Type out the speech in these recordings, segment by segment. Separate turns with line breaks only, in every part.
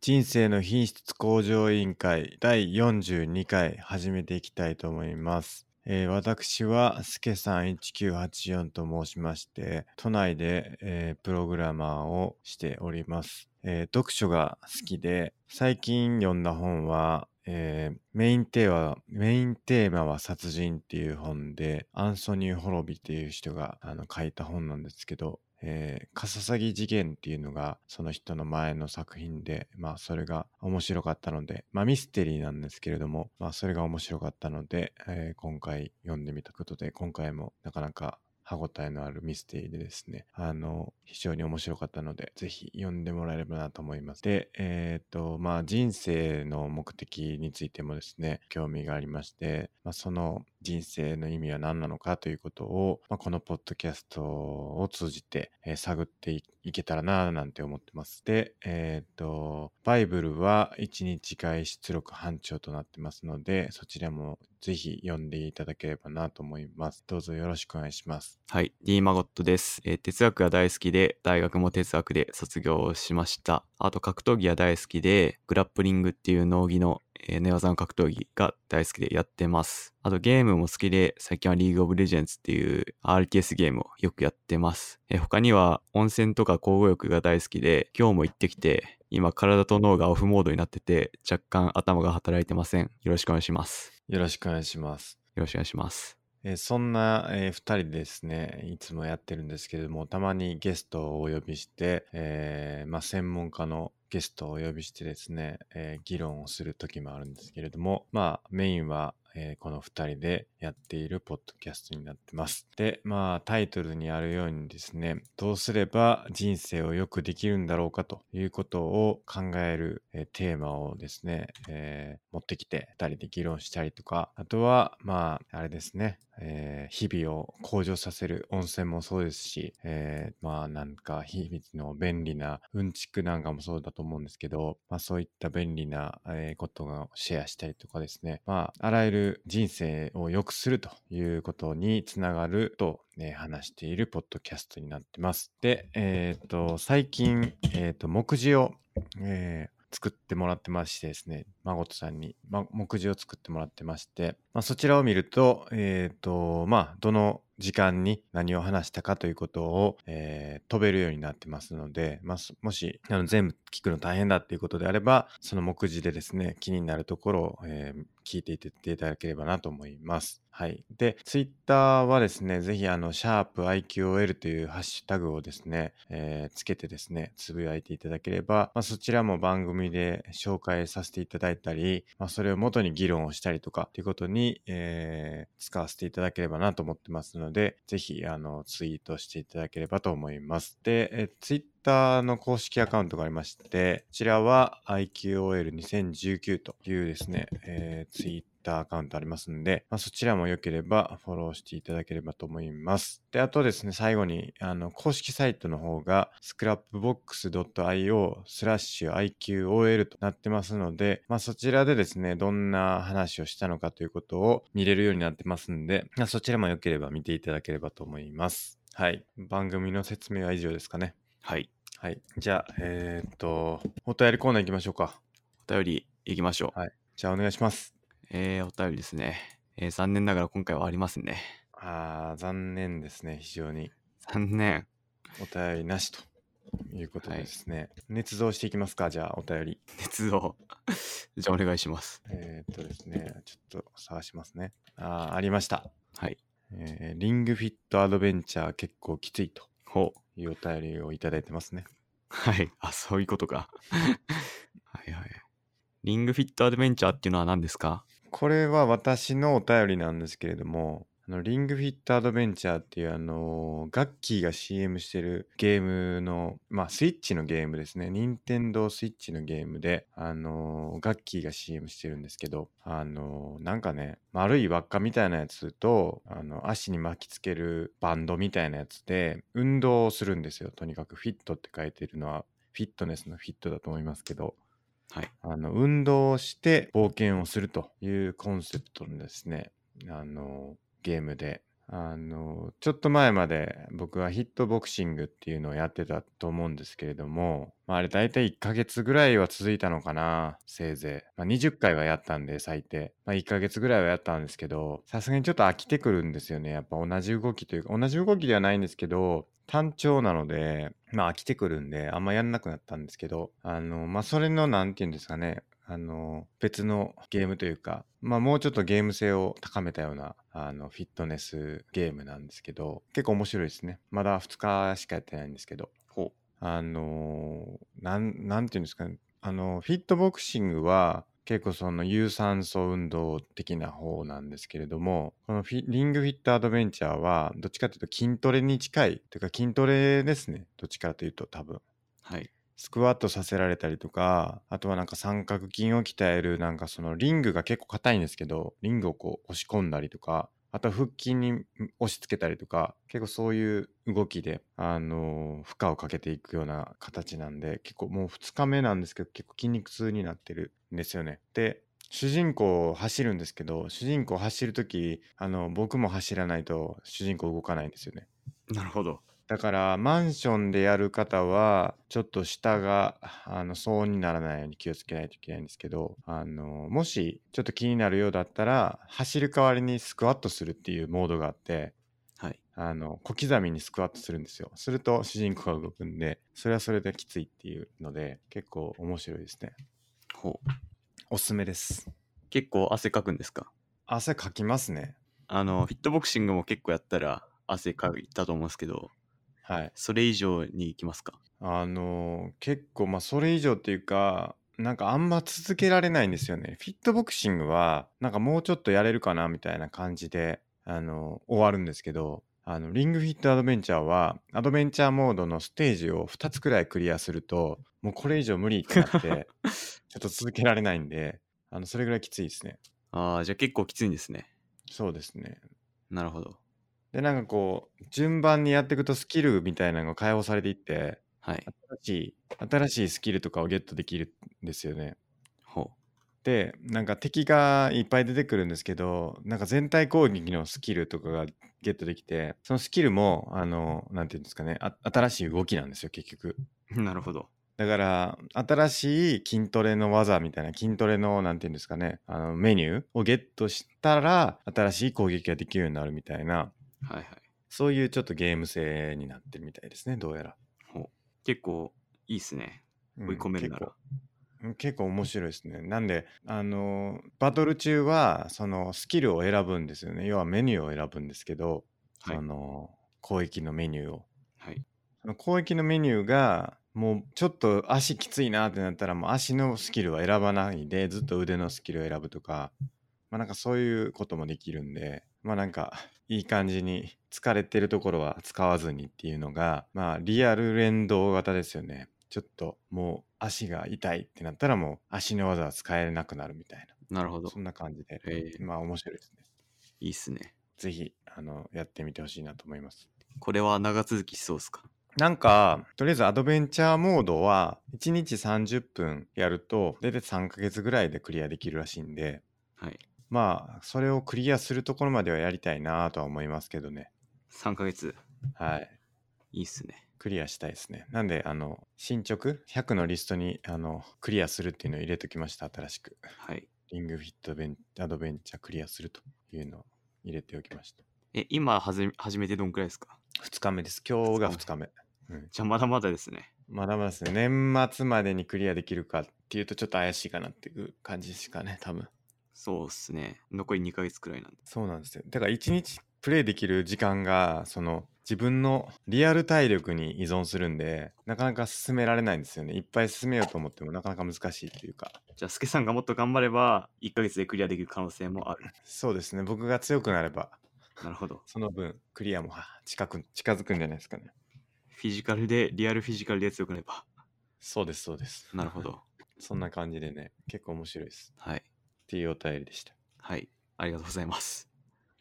人生の品質向上委員会第42回始めていきたいと思います。えー、私はすけさん1984と申しまして、都内で、えー、プログラマーをしております。えー、読書が好きで、最近読んだ本は、えー、メインテーマ、メインテーマは殺人っていう本で、アンソニー・ホロビっていう人が書いた本なんですけど、えー、カササギ事件っていうのがその人の前の作品で、まあそれが面白かったので、まあミステリーなんですけれども、まあそれが面白かったので、えー、今回読んでみたことで、今回もなかなか歯応えのあるミステリーでですね、あの、非常に面白かったので、ぜひ読んでもらえればなと思います。で、えっ、ー、と、まあ、人生の目的についてもですね、興味がありまして、まあ、その人生の意味は何なのかということを、まあ、このポッドキャストを通じて、えー、探っていけたらなぁなんて思ってます。で、えっ、ー、と、バイブルは1日外出力班長となってますので、そちらもぜひ読んでいただければなと思います。どうぞよろしくお願いします。
はい、D マゴットです、えー、哲学が大好きで、大学も哲学で卒業しました。あと格闘技が大好きで、グラップリングっていう脳技の、えー、寝技の格闘技が大好きでやってます。あとゲームも好きで、最近はリーグオブレジェンズっていう RTS ゲームをよくやってます。えー、他には温泉とか交互浴が大好きで、今日も行ってきて、今体と脳がオフモードになってて、若干頭が働いてません。よろしくお願いします。
よろしくお願いします。
よろしくお願いします。
えそんな、えー、2人ですねいつもやってるんですけれどもたまにゲストをお呼びして、えー、まあ、専門家のゲストをお呼びしてですね、えー、議論をする時もあるんですけれどもまあメインは、えこの2人でやっているポッドキャストになってますでまあタイトルにあるようにですねどうすれば人生をよくできるんだろうかということを考える、えテーマをですね、え持ってきて2人で議論したりとかあとはまああれですねえー、日々を向上させる温泉もそうですし、えー、まあなんか日々の便利なうんちくなんかもそうだと思うんですけど、まあそういった便利な、えー、ことをシェアしたりとかですね、まああらゆる人生を良くするということにつながるとね、話しているポッドキャストになってます。で、えっ、ー、と、最近、えっ、ー、と、目次を、えー、作ってもらってましてですね、誠さんに、ま、目次を作ってもらってまして、まあ、そちらを見ると、えっ、ー、と、まあ、どの時間に何を話したかということを、えー、飛べるようになってますので、まあ、もしあの全部聞くの大変だっていうことであれば、その目次でですね、気になるところを、えー、聞いていっていただければなと思います。はい。で、ツイッターはですね、ぜひあの、シャープ i q o l というハッシュタグをですね、えー、つけてですね、つぶやいていただければ、まあ、そちらも番組で紹介させていただいたり、まあ、それを元に議論をしたりとかということに、えー、使わせていただければなと思ってますので、ぜひあの、ツイートしていただければと思います。で、えー、ツイッターターの公式アカウントがありまして、こちらは IQOL2019 というですね、えー、ツイッターアカウントありますんで、まあ、そちらも良ければフォローしていただければと思います。で、あとですね、最後に、あの、公式サイトの方が scrapbox.io スラッシュ IQOL となってますので、まあ、そちらでですね、どんな話をしたのかということを見れるようになってますんで、まあ、そちらも良ければ見ていただければと思います。はい。番組の説明は以上ですかね。
はい。
はい。じゃあ、えー、っと、お便りコーナー行きましょうか。
お便り行きましょ
う。はい。じゃあ、お願いします。
えー、お便りですね。えー、残念ながら今回はありませんね。
あー、残念ですね、非常に。
残念。
お便りなしということですね。はい、捏造していきますか、じゃあ、お便り。
捏造。 じゃあ、お願いします。
えー、っとですね、ちょっと探しますね。あー、ありました。
はい。
えー、リングフィットアドベンチャー結構きついと。
ほう。
いうお便りをいただいてますね。
はい。あ、そういうことか。はいはい。リングフィットアドベンチャーっていうのは何ですか
これは私のお便りなんですけれども、あのリングフィットアドベンチャーっていうあのガッキーが CM してるゲームのまあスイッチのゲームですね任天堂スイッチのゲームであのガッキーが CM してるんですけどあのなんかね丸い輪っかみたいなやつとあの足に巻きつけるバンドみたいなやつで運動をするんですよとにかくフィットって書いてるのはフィットネスのフィットだと思いますけど
はい、
あの運動をして冒険をするというコンセプトのですねあのゲームで、あの、ちょっと前まで僕はヒットボクシングっていうのをやってたと思うんですけれども、まあ、あれ大体1ヶ月ぐらいは続いたのかな、せいぜい。まあ、20回はやったんで、最低。まあ、1ヶ月ぐらいはやったんですけど、さすがにちょっと飽きてくるんですよね。やっぱ同じ動きというか、同じ動きではないんですけど、単調なので、まあ飽きてくるんで、あんまやんなくなったんですけど、あの、まあそれの、なんて言うんですかね、あの、別のゲームというか、まあもうちょっとゲーム性を高めたような、あの、フィットネスゲームなんですけど、結構面白いですね。まだ2日しかやってないんですけど、
ほ
あの、なん、なんて言うんですかね、あの、フィットボクシングは、結構その有酸素運動的な方なんですけれども、このフィリングフィットアドベンチャーは、どっちかというと筋トレに近い、というか筋トレですね。どっちかというと多分。
う。はい。
スクワットさせられたりとか、あとはなんか三角筋を鍛える、なんかそのリングが結構硬いんですけど、リングをこう押し込んだりとか、あとは腹筋に押し付けたりとか、結構そういう動きで、あのー負荷をかけていくような形なんで、結構もう2日目なんですけど、結構筋肉痛になってるんですよね。で、主人公走るんですけど、主人公走るとき、あの、僕も走らないと主人公動かないんですよね。
なるほど。
だからマンションでやる方はちょっと下があの騒音にならないように気をつけないといけないんですけどあのもしちょっと気になるようだったら走る代わりにスクワットするっていうモードがあって
はい。
あの小刻みにスクワットするんですよすると主人公が動くんでそれはそれできついっていうので結構面白いですね
ほう。
おすすめです
結構汗かくんですか
汗かきますね
あの、フィットボクシングも結構やったら汗かいたと思うんですけど、
はい
それ以上に行きますか
あの結構まあそれ以上っていうかなんかあんま続けられないんですよね。フィットボクシングはなんかもうちょっとやれるかなみたいな感じであの終わるんですけどあのリングフィットアドベンチャーはアドベンチャーモードのステージを2つくらいクリアするともうこれ以上無理ってなってちょっと続けられないんであのそれぐらいきついですね。
ああ、じゃあ結構きついんですね。
そうですね。
なるほど。
でなんかこう順番にやっていくとスキルみたいなのが解放されていって
はい。
新しい新しいスキルとかをゲットできるんですよね。
ほ
でなんか敵がいっぱい出てくるんですけどなんか全体攻撃のスキルとかがゲットできてそのスキルもあのなんていうんですかねあ新しい動きなんですよ結局。
う。 なるほど。
だから新しい筋トレの技みたいな筋トレのなんていうんですかねあのメニューをゲットしたら新しい攻撃ができるようになるみたいな
はいはい。
そういうちょっとゲーム性になってるみたいですねどうやら。
ほう。結構いいっすね。
うん
追い込めるな
結
ら。
構うん結構面白いですね。なんで、あの、バトル中は、そのスキルを選ぶんですよね。要はメニューを選ぶんですけど、
はい
その、攻撃のメニューを。
はい。
その攻撃のメニューが、もうちょっと足きついなってなったら、もう足のスキルは選ばないで、ずっと腕のスキルを選ぶとか、まあなんかそういうこともできるんで、まあなんか、いい感じに疲れてるところは使わずにっていうのが、まあリアル連動型ですよね。ちょっともう足が痛いってなったらもう足の技は使えなくなるみたい
なるほ
な、
ど
そ。んな感じで、
えー
まあ面白いですね。
いいっすね。
ぜひ、あの、やってみてほしいなと思います。
これは長続きしそうっすか
なんか、とりあえずアドベンチャーモードは、1日30分やると、大体3ヶ月ぐらいでクリアできるらしいんで、
はい。
まあ、それをクリアするところまではやりたいなとは思いますけどね。
3ヶ月。
はい。
いいっすね。
クリアしたいですね。なんで、あの、進捗100のリストに、あの、クリアするっていうのを入れときました、新しく。
はい。
リングフィットベンアドベンチャークリアするというのを入れておきました。
え、今はじめ始めてどんくらいですか
2日目です。今日が2日目。うん、
じゃあまだまだですね。
まだまだですね。年末までにクリアできるかっていうとちょっと怪しいかなっていう感じですかね、多分。
そうっすね。残り2ヶ月くらいなんで。
そうなんですよ。だから一日プレイできる時間が、その自分のリアル体力に依存するんで、なかなか進められないんですよね。いっぱい進めようと思ってもなかなか難しいというか。
じゃあ、スケさんがもっと頑張れば、1ヶ月でクリアできる可能性もある。
そうですね。僕が強くなれば、
なるほど。
その分クリアもは近く、近づくんじゃないですかね。
フィジカルで、リアルフィジカルで強くなれば。
そうです、そうです。
なるほ。ど。
そんな感じでね、結構面白いです。
はい。
っていうお便りでした。
はい。ありがとうございます。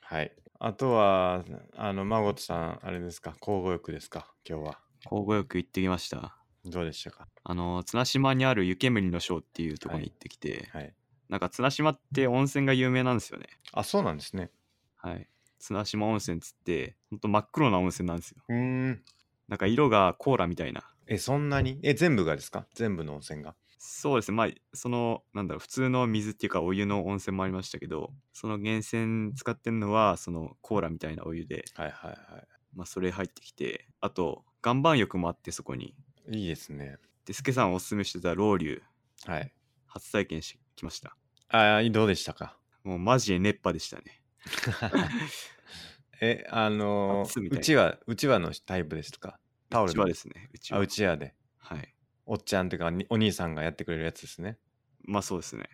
はい。あとは、あの、まごとさん、あれですか、交互浴ですか、今日は。
交互よく行ってきました。
どうでしたか
あの、綱島にある湯煙のショーっていうところに行ってきて、
はい。
なんか綱島って温泉が有名なんですよね。
あ、そうなんですね。
はい。綱島温泉っつってほんと真っ黒な温泉なんですよ
うーん。
なんか色がコーラみたいな
え、そんなにえ、全部がですか全部の温泉が。
そうですねまあそのなんだろう普通の水っていうかお湯の温泉もありましたけどその源泉使ってるのはそのコーラみたいなお湯で、
はいはいは
まあ、それ入ってきてあと岩盤浴もあってそこに
い。いいですね。
でスケさんおすすめしてたロウリュ
はい。
初体験してきました
ああ、どうでしたか
もうマジで熱波でしたね
え、あの
暑いみ
ー、
たいう
ちわ、うちわのタイプですかタオル
うちわですねうち
あ、
わ
うちわで。
はい
おっちゃんというか、にお兄さんがやってくれるやつですね。
まあそうですね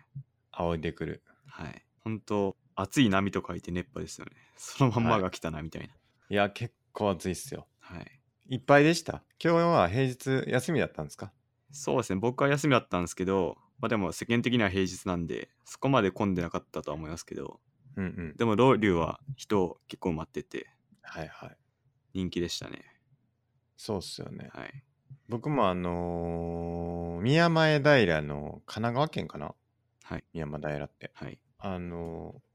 仰いでくる。
はい本当暑い波と書いて熱波ですよねそのまんまが来たなみたいな、
いや、結構暑いっすよ。
は
い
い、
っぱいでした。今日は平日休みだったんですか
そうですね、僕は休みだったんですけど、まあでも世間的には平日なんで、そこまで混んでなかったとは思いますけど、
うんうん。
でも、ロウリュは人結構埋まってて、
はいはい。
人気でしたね。
そうっすよね。
はい。
僕もあのー宮前平の神奈川県かな
はい。
宮前平って。
はい。
あのー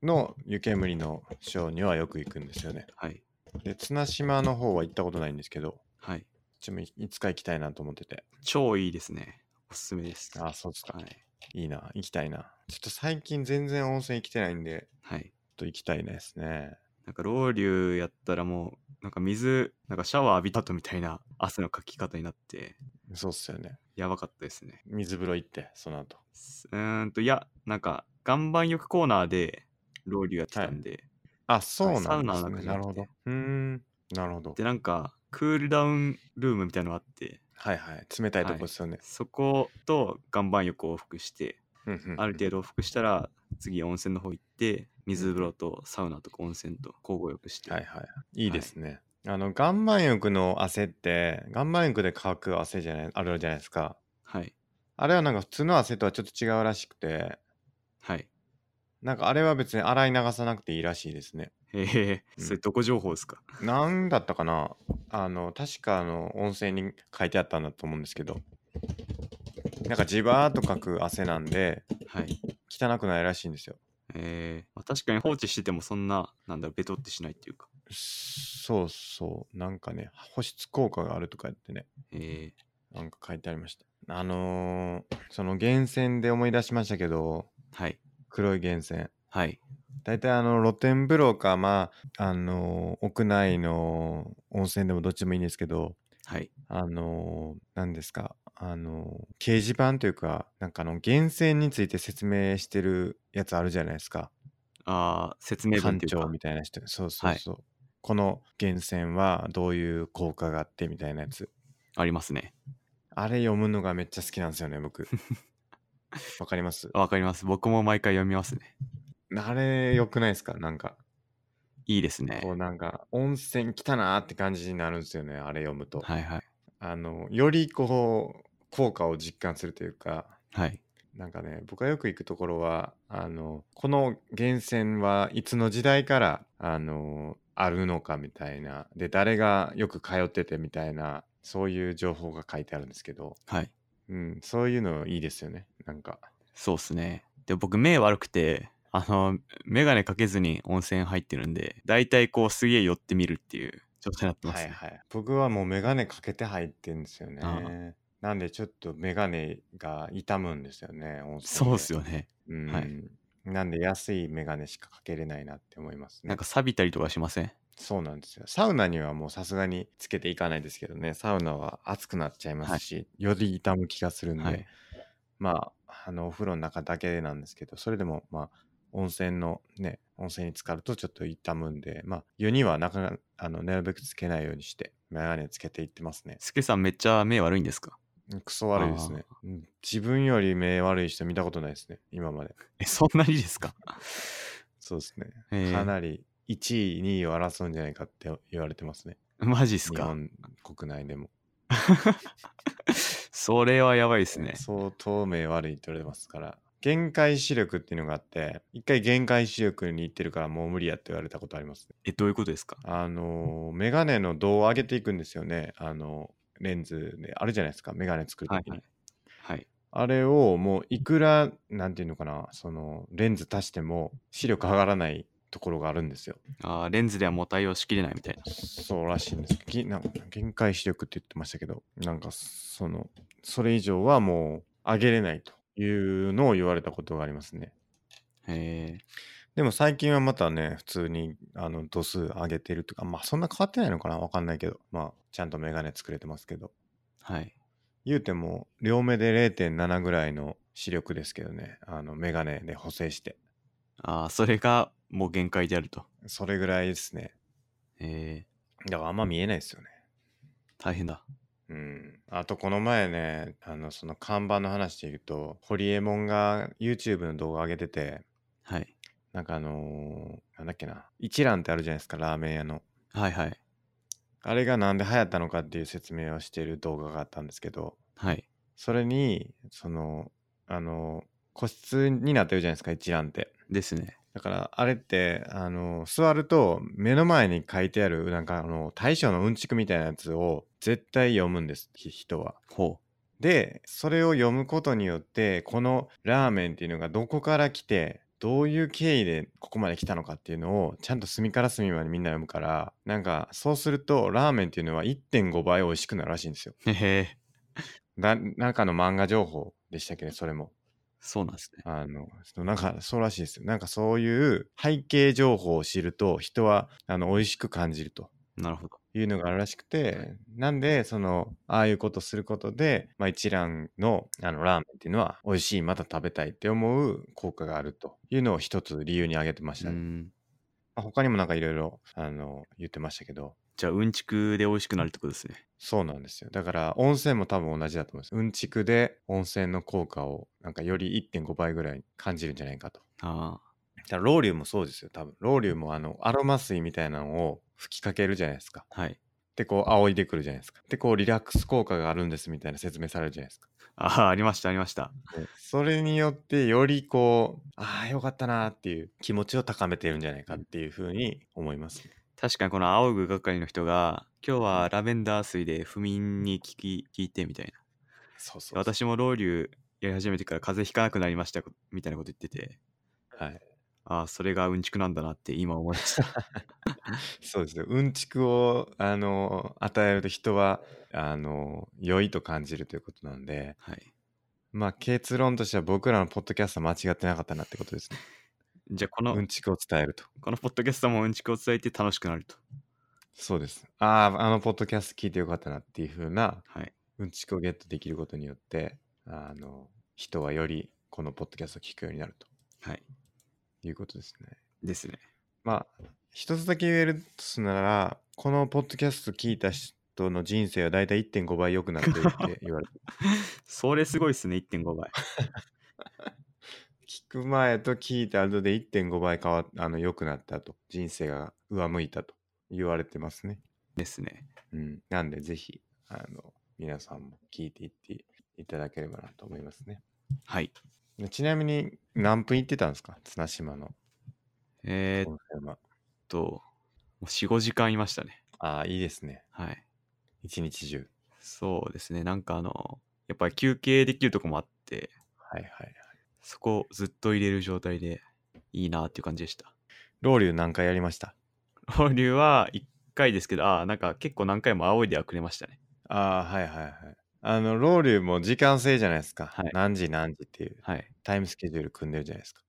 の湯煙のショーにはよく行くんですよね。
はい。
で、綱島の方は行ったことないんですけど、
はい。
ちょっといつか行きたいなと思ってて。
超いいですね。おすすめです。
あ、そうですか
は。い。
いいな。行きたいな。ちょっと最近全然温泉行きてないんで、
はい。
ちょっと行きたいですね。
なんか、ロウリュやったらもう、なんか水、なんかシャワー浴びた後みたいな汗のかき方になって、
そうっすよね。
やばかったですね。
水風呂行って、その後。
すうーんと、いや、なんか、岩盤浴コーナーで、ロウリュやってたんで、
あ、そう
サ
な
ウ
んで
ナ
す
の
ね。
中じゃ
な
な
る
く
ほ
て
ど。うーん。なるほど
で。なんかクールダウンルームみたいのがあって
はいはい。冷たいとこですよね。
そこと岩盤浴を往復して
うんうんうん
ある程度往復したら次温泉の方行って水風呂とサウナとか温泉と交互浴して、
はいはい。いいですね。あの、岩盤浴の汗って、岩盤浴で乾く汗じゃない、あるじゃないですか。
はい
あれはなんか普通の汗とはちょっと違うらしくて、
はい
なんかあれは別に洗い流さなくていいらしいですね。
へえ、
うん
それどこ情報ですか
なんだったかなあの、確かあの、温泉に書いてあったんだと思うんですけど、なんかじばーっとかく汗なんで、
はい
汚くないらしいんですよ。
えーまあ、確かに放置しててもそんななんだろうベトってしないっていうか
そうそう。なんかね、保湿効果があるとか言ってね。
え
なんか書いてありました。あのーその源泉で思い出しましたけど、
ー、はい
黒い源泉。
はい
大体あの露天風呂か、まあ、あのー屋内の温泉でもどっちでもいいんですけど、
はい
あのー何ですか、あのー掲示板というか、なんかあの、源泉について説明してるやつあるじゃないですか。
あー説明文っ
館
ていう
長
か
みたいな人。そうそうそう。この源泉はどういう効果があってみたいなやつ。
ありますね
あれ読むのがめっちゃ好きなんですよね、 僕。わかります
わかります僕も毎回読みますね
あれ良くないですかなんか、
いいですね
こうなんか、温泉来たなーって感じになるんですよね、あれ読むと。
はいはい
あの、よりこう、効果を実感するというか、
はい
なんかね、僕がよく行くところは、あの、この源泉はいつの時代から、あの、あるのかみたいな、で、誰がよく通っててみたいな、そういう情報が書いてあるんですけど、
はい
うん、そういうのいいですよね、なんか。
そうっすね。で、僕、目悪くて、あの、メガネかけずに温泉入ってるんで、大体こう、すげえ寄ってみるっていう状態になってます、ね。
い。僕はもうメガネかけて入ってんですよ
あ
ね。なんでちょっとメガネが傷むんですよね。温泉
そうっす
よ。
よね。
うん。
はい
なんで安いメガネしかかけれないなって思いますね。
なんか錆びたりとかしません
そうなんですよ。サウナにはもうさすがにつけていかないですけどね。サウナは熱くなっちゃいますし、より痛む気がするんで、
はい。
まあ、あのお風呂の中だけなんですけど、それでもまあ、温泉のね、温泉に浸かるとちょっと痛むんで、まあ、湯にはなかなか、あの、なるべくつけないようにして、メガネつけていってますね。
すけさん、めっちゃ目悪いんですか
クソ悪いですね。うん自分より目悪い人見たことないですね、今まで。
え、そんなにです か
そうですね。
えー
かなり1位、2位を争うんじゃないかって言われてますね。
マジっす
日
か
本国内でも。
それはやばいですね。
相当目悪いって言われてますから。限界視力っていうのがあって、一回限界視力に行ってるからもう無理やって言われたことありますね。
え、どういうことですか
あのー、メガネの度を上げていくんですよね。あの、レンズで、あるじゃないですか、メガネ作る
は
と
い
きに。
はい。はい。
あれをもういくら、なんていうのかな、その、レンズ足しても視力上がらないところがあるんですよ。
あーレンズではもう対応しきれないみたいな。
そうらしいんです。ぎなんか限界視力って言ってましたけど、なんかその、それ以上はもう上げれないというのを言われたことがありますね。
へえ。
でも最近はまたね、普通にあの度数上げてるとか、まあそんな変わってないのかなわかんないけど、まあちゃんとメガネ作れてますけど、
はい。
言うても両目で0.7ぐらいの視力ですけどね、あのメガネで補正して、
ああ、それがもう限界であると。
それぐらいですね。
へえ。
だからあんま見えないですよね。
大変だ。
うん、あとこの前ねあのその看板の話で言うとホリエモンが YouTube の動画上げてて
はい。
なんかあのーなんだっけな一蘭ってあるじゃないですかラーメン屋の
はいはい。
あれがなんで流行ったのかっていう説明をしている動画があったんですけど
はい。
それにそのあの個室になってるじゃないですか一蘭って
ですね。
だからあれってあの座ると目の前に書いてあるなんかあの大将のうんちくみたいなやつを絶対読むんですひ人は
ほ
でそれを読むことによってこのラーメンっていうのがどこから来てどういう経緯でここまで来たのかっていうのをちゃんと隅から隅までみんな読むからなんかそうするとラーメンっていうのは1.5倍美味しくなるらしいんですよ。
う。へえ。
だなんかの漫画情報でしたっけどそれも。
そうなんですね。
あのそのなんかそうらしいですよ。なんかそういう背景情報を知ると人はあの美味しく感じると。
なるほど。
いうのがあるらしくて、なんで、その、ああいうことすることで、まあ、一蘭のあのラーメンっていうのは、美味しい、また食べたいって思う効果があるというのを一つ理由に挙げてまし
う
たね。
ん。
まあ他にもなんかいろいろ、あの、言ってましたけど、
じゃあ、うんちくで美味しくなるってことですね。
そうなんですよ。だから、温泉も多分同じだと思います。うんちくで温泉の効果を、なんかより1.5倍ぐらい感じるんじゃないかと。
あ
だから、ロウリュもそうですよ、多分。ロウリュも、あの、アロマ水みたいなのを吹きかけるじゃないですか。
あ。はい。
でこう仰いでくるじゃないですか。でこうリラックス効果があるんですみたいな説明されるじゃないですか。
ああ、ありました、ありました。
それによってよりこうああよかったなーっていう気持ちを高めてるんじゃないかっていうふうに思います。
確かにこの仰ぐ係の人が、今日はラベンダー水で不眠に聞き聞いてみたいな。
そうそうそう。
私もロウリュやり始めてから風邪ひかなくなりましたみたいなこと言ってて、
はい。
ああ、それがうんちくなんだなって今思い ました。
そうですね。うんちくをあの与えると人はあの良いと感じるということなんで、
はい。
まあ結論としては僕らのポッドキャストは間違ってなかったなってことですね。
じゃあ、この、
うんちくを伝えると。
このポッドキャストもうんちくを伝えて楽しくなると。
そうです。あああのポッドキャスト聞いてよかったなっていうふうな
はい。
うんちくをゲットできることによってあの人はよりこのポッドキャストを聞くようになると
はい。
いうことですね。
ですね。
まあ一つだけ言えるとすならこのポッドキャスト聞いた人の人生はだいたい1.5倍良くなってるって言われて
それすごいっすね、1.5倍。
聞く前と聞いた後で1.5倍変わあの良くなったと人生が上向いたと言われてますね。
ですね。
うん、なんでぜひあの皆さんも聞いていっていただければなと思いますね。
はい。
でちなみに何分行ってたんですか綱島の
えー、っ
温泉は。
と、もう4、5時間いましたね。
ああ、いいですね。
はい。
一日中。
そうですね。なんかあの、やっぱり休憩できるとこもあって、
はいはいはい。
そこをずっと入れる状態でいいなっていう感じでした。
ロウリュ何回やりました
ロウリュは1回ですけど、ああ、なんか結構何回も仰いではくれましたね。
ああ、はいはいはい。あの、ロウリュも時間制じゃないですか。
はい
何時何時っていう
はい。
タイムスケジュール組んでるじゃないですか。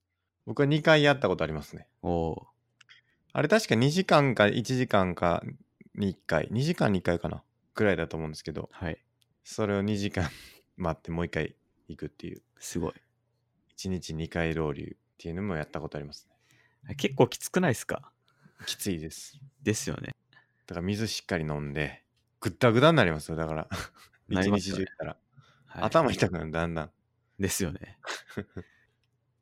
僕は2回やったことありますね。
おお
あれ確か2時間か1時間かに1回、2時間に1回かなくらいだと思うんですけど、
ー、はい。
それを2時間 待ってもう1回行くっていう、
すごい。
1日2回ロウリュっていうのもやったことありますね。
結構きつくないですか
きついです。
ですよね。
だから水しっかり飲んで、ぐったぐだになりますよ、だから。
なり
一
ま
日
すよ
中
ね
行ったら。
はい
頭痛くなる、だんだん。
ですよね。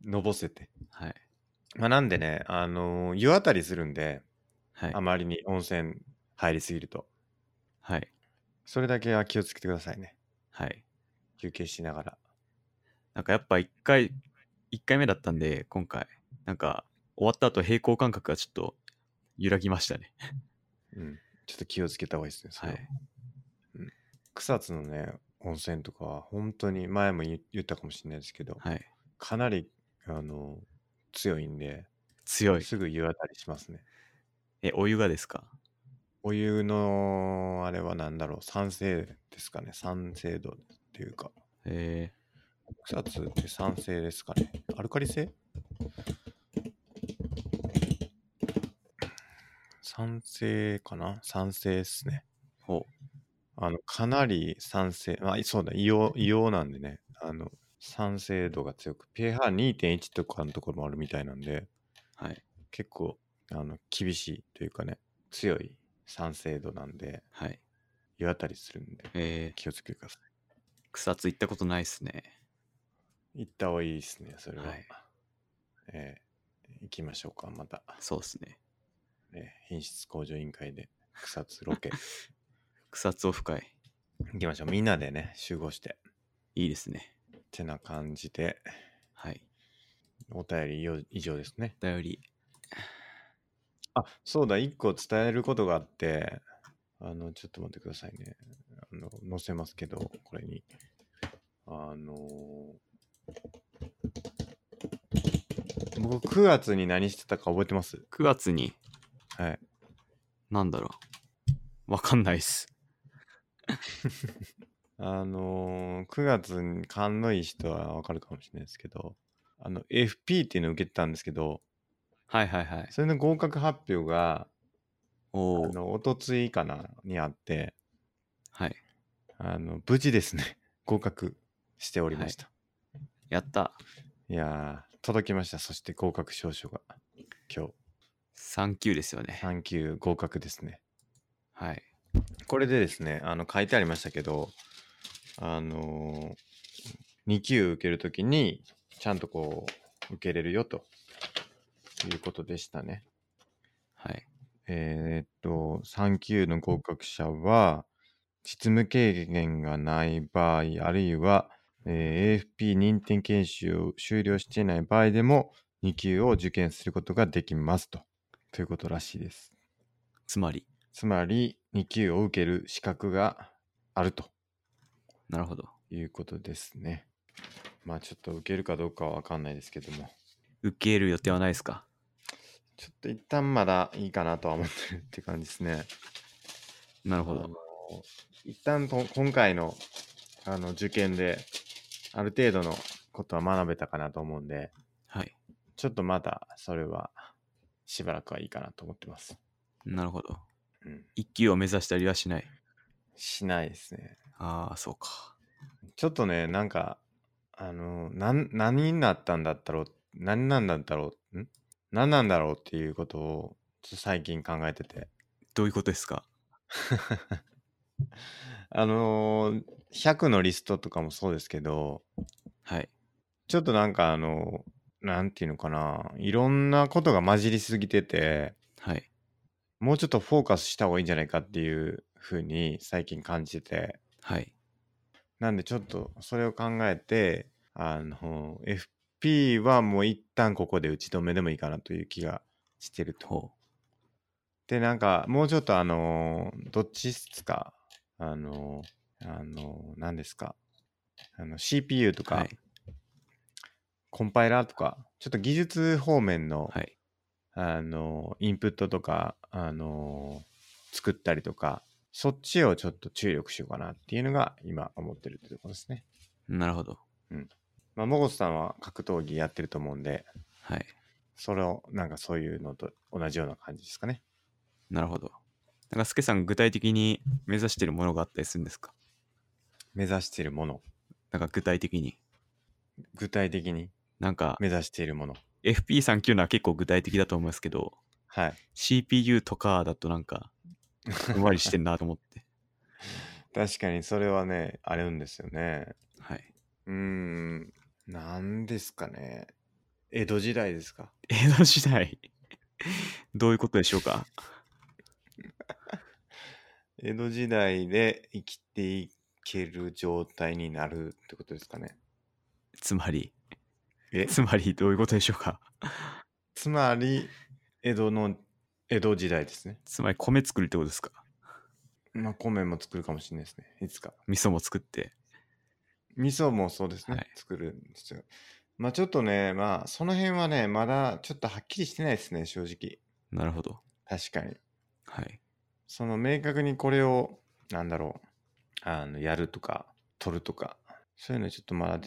のぼせて。
はい。
まあ、なんでね、あのー湯あたりするんで、
はい
あ。まりに温泉入りすぎると。
はい。
それだけは気をつけてくださいね。
はい。
休憩しながら。
なんかやっぱ1回、1回目だったんで、今回、なんか終わった後平行感覚がちょっと揺らぎましたね。
うん。ちょっと気をつけた方がいいですね。そ
は。
れはい草津のね、温泉とかは、本当に前も言言ったかもしれないですけど、
はい。
かなり、あのー強いんで、
強い。
すぐ湯あたりしますね。
え、お湯がですか
お湯のあれは何だろう酸性ですかね酸性度っていうか
え
草津って酸性ですかねアルカリ性酸性かな酸性ですね
ー、ほ
あのかなり酸性あそうだ硫黄硫黄なんでねあの酸性度が強く pH2.1 とかのところもあるみたいなんで
う。はい。
結構あの厳しいというかね強い酸性度なんで
はい。
湯あたりするんで
えー、
気をつけてくださ
草津行ったことないっすね。
い行った方がいいですねそれは、
はい
えー行きましょうかまた、
そうっすね。
えー品質向上委員会で草津ロケ
草津オフ会。
行きましょうみんなでね集合して
いいですね。
てな感じで
はい。
お便り以上以上ですね
お便り。
あそうだ1個伝えることがあってあのちょっと待ってくださいねあの載せますけどこれにあのー僕9月に何してたか覚えてます
9月に、
はい
なんだろう。わかんないっす。
あのー、9月に勘のいい人はわかるかもしれないですけど、あの、FP っていうのを受けてたんですけど、
はいはいはい。
それの合格発表が、あ
おお。
の、おとついかな、にあって、
はい。
あの、無事ですね、合格しておりました。
やった。
い、やー、届きました。そして合格証書が、今
3級ですよね
日、。3級合格ですね。
はい。
これでですね、あの、書いてありましたけど、あのー、2級受けるときに、ちゃんとこう、受けれるよということでしたね。
はい。
えーっと、3級の合格者は、実務経験がない場合、あるいは、えー AFP 認定研修を終了していない場合でも、2級を受験することができますと。ということらしいです。
つまり、
つまり、2級を受ける資格があると。
なるほど。
いうことですね。まあちょっと受けるかどうかは分かんないですけども、
受ける予定はないですか
ちょっと一旦まだいいかなとは思ってるって感じですね。
なるほ
あの
ど。
一旦と今回のあの受験である程度のことは学べたかなと思うんで、
はい。
ちょっとまだそれはしばらくはいいかなと思ってます。
なるほど。
うん、
一級を目指したりはしない。
しないですね。
ああ、そうか。
ちょっとね、なんか、あの、なん何になったんだったろう、何なんだったろう、ん何なんだろうっていうことをちょっと最近考えてて。
どういうことですか
あのー100のリストとかもそうですけど、
はい。
ちょっとなんかあの、なんていうのかな、いろんなことが混じりすぎてて、
はい。
もうちょっとフォーカスした方がいいんじゃないかっていうふうに最近感じてて、
はい。
なんでちょっとそれを考えて、あの、FP はもう一旦ここで打ち止めでもいいかなという気がしてると。
ほ
で、なんかもうちょっとあのー、どっちっすかあのー、あのー、何ですかあの CPU と
う。
か、
はい。
コンパイラーとか、ちょっと技術方面の、
はい。
あのー、インプットとか、あのー、作ったりとか、そっちをちょっと注力しようかなっていうのが今思ってるってところですね。
なるほど。
まあ、モゴスさんは格闘技やってると思うんで、
はい。
それを、なんかそういうのと同じような感じですかね。
なるほど。なんか、スケさん、具体的に目指してるものがあったりするんですか
目指しているもの、
なんか、具体的に。
具体的に
なんか、
目指しているもの。
FP3 級のは結構具体的だと思いますけど、
はい。
CPU とかだとなんか、ふんわりしてんなと思って。
確かにそれはね、あるんですよね。
はい。
うーん、なんですかね。江戸時代ですか。
江戸時代、 どういうことでしょうか
江戸時代で生きていける状態になるってことですかね。
つまり、
え
つまりどういうことでしょうか
つまり、江戸の、江戸時代ですね。
つまり米作るってことですか
まあ、米も作るかもしれないですね。いつか。
味噌も作って。
味噌もそうですね。
はい
作るんですよ。まあちょっとね、まあその辺はね、まだちょっとはっきりしてないですね、正直。
なるほど。
確かに。
はい。
その明確にこれを、なんだろう、あの、やるとか、取るとか、そういうのちょっとまだ、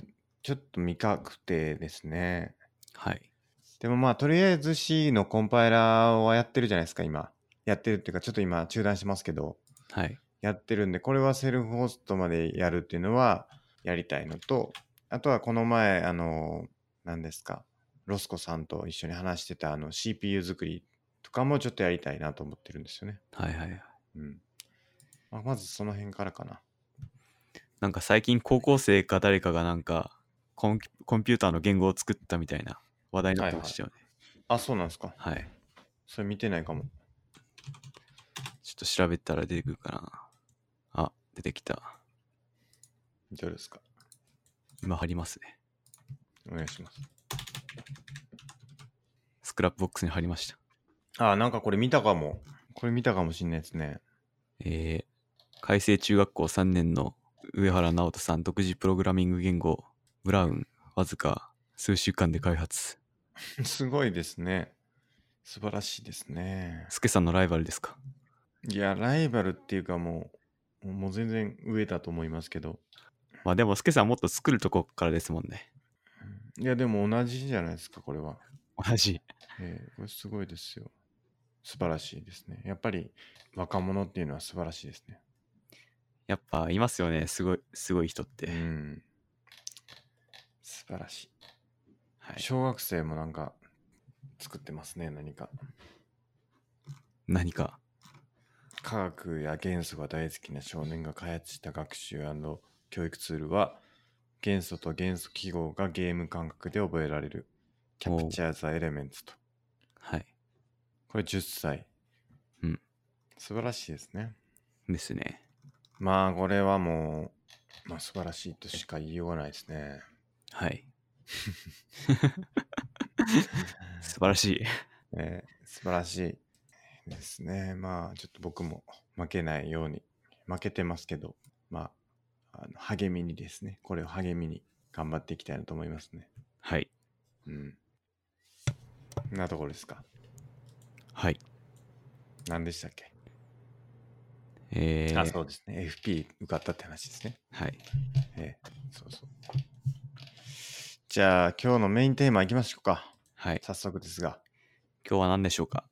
ちょっと未確定ですね。
はい。
でもまあ、とりあえず C のコンパイラーはやってるじゃないですか、今。やってるっていうか、ちょっと今中断してますけど、
はい。
やってるんで、これはセルフホストまでやるっていうのはやりたいのと、あとはこの前、あの、何ですか、ロスコさんと一緒に話してたあの CPU 作りとかもちょっとやりたいなと思ってるんですよね。
はいはい。
うん。まあ、まずその辺からかな。
なんか最近高校生か誰かがなんかコンコンピューターの言語を作ったみたいな話題になってましたよね。
あ、そうなんですか。
はい、
それ見てないかも。
ちょっと調べたら出てくるかな。あ、出てきた。
どうですか。
今貼りますね。
お願いします。
スクラップボックスに貼りました。
あ、なんかこれ見たかも。これ見たかもしんないですね。
えー、海星中学校3年の上原直人さん独自プログラミング言語ブラウンわずか数週間で開発。
すごいですね。素晴らしいですね。
スケさんのライバルですか
いや、ライバルっていうかもう、もう全然上だと思いますけど。
まあでもスケさんもっと作るとこからですもんね。
いや、でも同じじゃないですか、これは。
同じ。
えーこれすごいですよ。素晴らしいですね。やっぱり若者っていうのは素晴らしいですね。
やっぱいますよね。すごい、すごい人って。
うん。素晴らしい。
はい、
小学生もなんか作ってますね何か
何か。
科学や元素が大好きな少年が開発した学習教育ツールは元素と元素記号がゲーム感覚で覚えられるキャプチャーザエレメンツと
はい。
これ10歳
うん
素晴らしいですね
ですね。
まあこれはもう、まあ、素晴らしいとしか言いようがないですね
はい。素晴らしい。
えー素晴らしいですね。まあ、ちょっと僕も負けないように、負けてますけど、まあ、あの励みにですね、これを励みに頑張っていきたいなと思いますね。
はい。
うん。そんなところですか。
はい。
何でしたっけ、
えー、
あ、そうですね。FP 受かったって話ですね。
はい。
えーそうそう。じゃあ、今日のメインテーマいきましょうか。
はい。
早速ですが。
今日は何でしょうか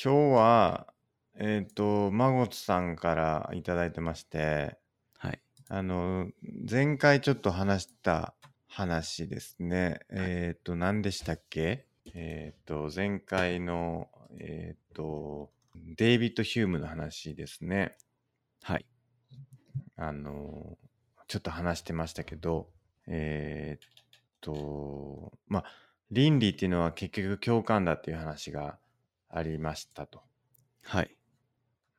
今日は、えっ、と、まごつさんからいただいてまして、
はい。
あの、前回ちょっと話した話ですね。えっ、と、何でしたっけえっ、と、前回の、えっ、と、デイビッド・ヒュームの話ですね。
はい。
あの、ちょっと話してましたけど、えっ、と、まあ、倫理っていうのは結局共感だっていう話がありましたと。
はい。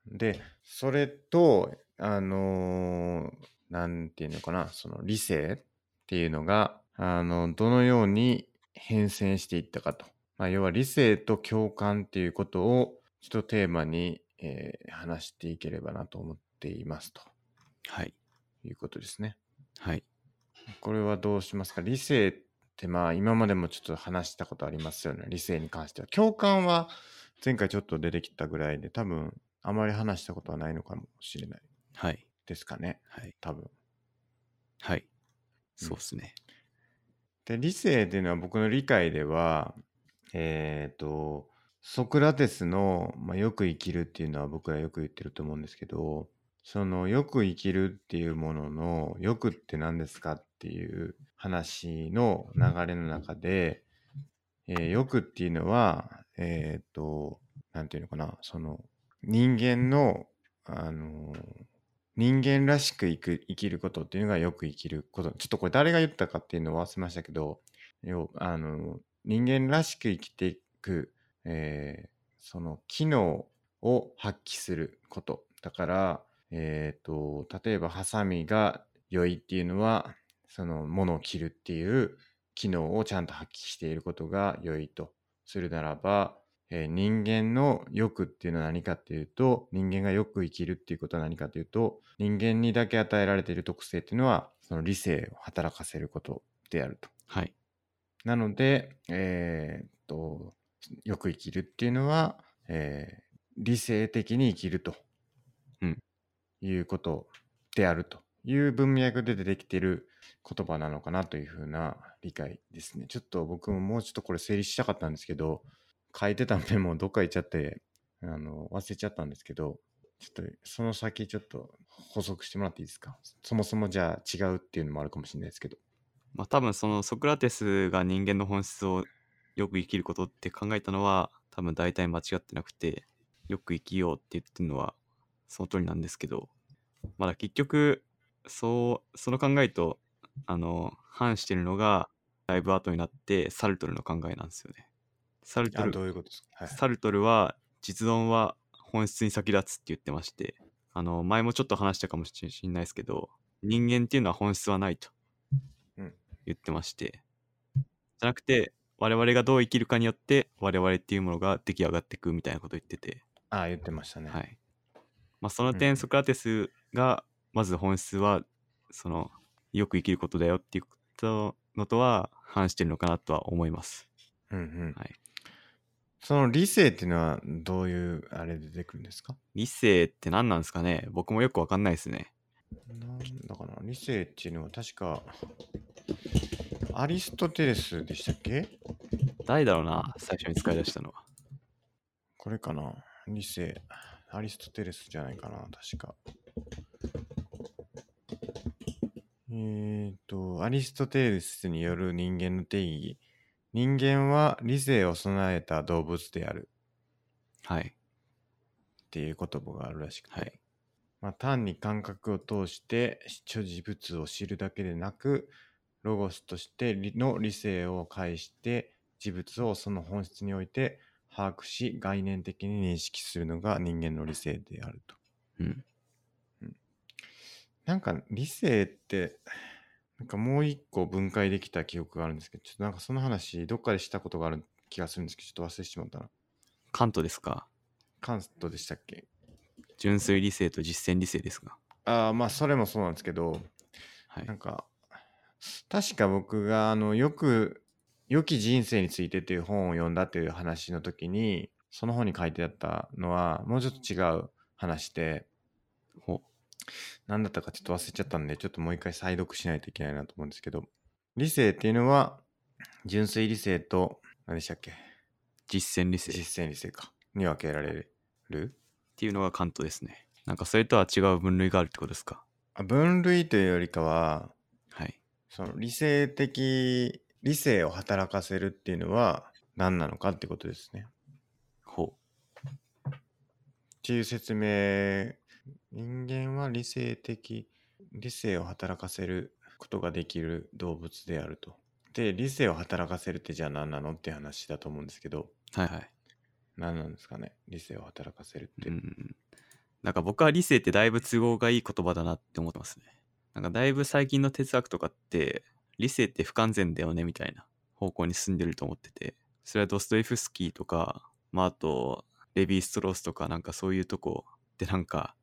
で、それと、あのーなんていうのかな、その理性っていうのが、あの、どのように変遷していったかと。まあ、要は理性と共感っていうことを、ちょっとテーマに、えー話していければなと思っていますと
はい。
いうことですね。
はい。
これはどうしますか理性ってまあ今までもちょっと話したことありますよね。理性に関しては。共感は前回ちょっと出てきたぐらいで多分あまり話したことはないのかもしれない
はい。
ですかね。
はい。
多分。
はい。そうですね。
で、理性っていうのは僕の理解では、えっ、と、ソクラテスの、まあ、よく生きるっていうのは僕らよく言ってると思うんですけど、そのよく生きるっていうものの、よくって何ですかっていう話の流れの中で、えー、よくっていうのは、えっ、と、なんていうのかな、その人間の、あの人間らしく生く生きることっていうのがよく生きることちょっとこれ誰が言ったかっていうのを忘れましたけど要あの人間らしく生きていく、えーその機能を発揮することだから、えー、と例えばハサミが良いっていうのはそのものを切るっていう機能をちゃんと発揮していることが良いとするならば、えー人間の欲っていうのは何かっていうと人間がよく生きるっていうことは何かというと人間にだけ与えられている特性っていうのはその理性を働かせることであると
はい。
なので、えーっと、よく生きるっていうのは、えー理性的に生きると、
うん
いうことであるという文脈で出てきている言葉なのかなというふうな理解ですね。ちょっと僕ももうちょっとこれ整理したかったんですけど、書いてたメモどっか行っちゃって、あの、忘れちゃったんですけど、ちょっとその先ちょっと補足してもらっていいですかそもそもじゃあ違うっていうのもあるかもしれないですけど。
まあ多分そのソクラテスが人間の本質をよく生きることって考えたのは多分大体間違ってなくてよく生きようって言ってるのはその通りなんですけどまだ結局そうその考えとあの反してるのがだいぶ後になってサルトルの考えなんですよね。サルト
あ
ル
どういうことですか、はい、
サルトルは実存は本質に先立つって言ってましてあの前もちょっと話したかもしれないですけど人間っていうのは本質はないと
うん
言ってまして、じゃなくて我々がどう生きるかによって我々っていうものが出来上がっていくみたいなこと言ってて、
ああ、言ってましたね。
はいまあ、その
う
点
ん
ソクラテスがまず本質はそのよく生きることだよっていうことのとは反してるのかなとは思います。
うんうん
はい
その理性っていうのはどういうあれで出てくるんですか
理性って何なんですかね僕もよくわかんないですね。
なんだかな理性っていうのは確かアリストテレスでしたっけ
誰だろうな最初に使い出したのは
これかな理性アリストテレスじゃないかな確かえー、とアリストテレスによる人間の定義人間は理性を備えた動物である
はい
っていう言葉があるらしくて、
はい
まあ、単に感覚を通して諸事物を知るだけでなくロゴスとして理の理性を介して事物をその本質において把握し概念的に認識するのが人間の理性であると。
うん
なんか理性ってなんかもう一個分解できた記憶があるんですけどちょっとなんかその話どっかでしたことがある気がするんですけどちょっと忘れてしまったな。
カントですか
カントでしたっけ
純粋理性と実践理性ですが
ああまあそれもそうなんですけど
はい
なんか、確か僕が、あの、よく、良き人生についてっていう本を読んだっていう話の時に、その本に書いてあったのは、もうちょっと違う話で、
ほ
何だったかちょっと忘れちゃったんで、ちょっともう一回再読しないといけないなと思うんですけど、理性っていうのは、純粋理性と、何でしたっけ
実践理性っ
実践理性か。に分けられる
ていうのがカントですねなんかそれとは違う分類があるってことですか
あ分類というよりかは、
はい
その理性的、理性を働かせるっていうのは何なのかってことですね。
ほ
っていう説明人間は理性的理性を働かせることができる動物であるとで理性を働かせるってじゃあ何なのって話だと思うんですけど
うはいはい
何なんですかね理性を働かせるって、
うんうんなんか僕は理性ってだいぶ都合がいい言葉だなって思ってますねなんかだいぶ最近の哲学とかって理性って不完全だよねみたいな方向に進んでると思っててそれはドストエフスキーとかまああとレヴィ・ストロースとかなんかそういうとこでなんか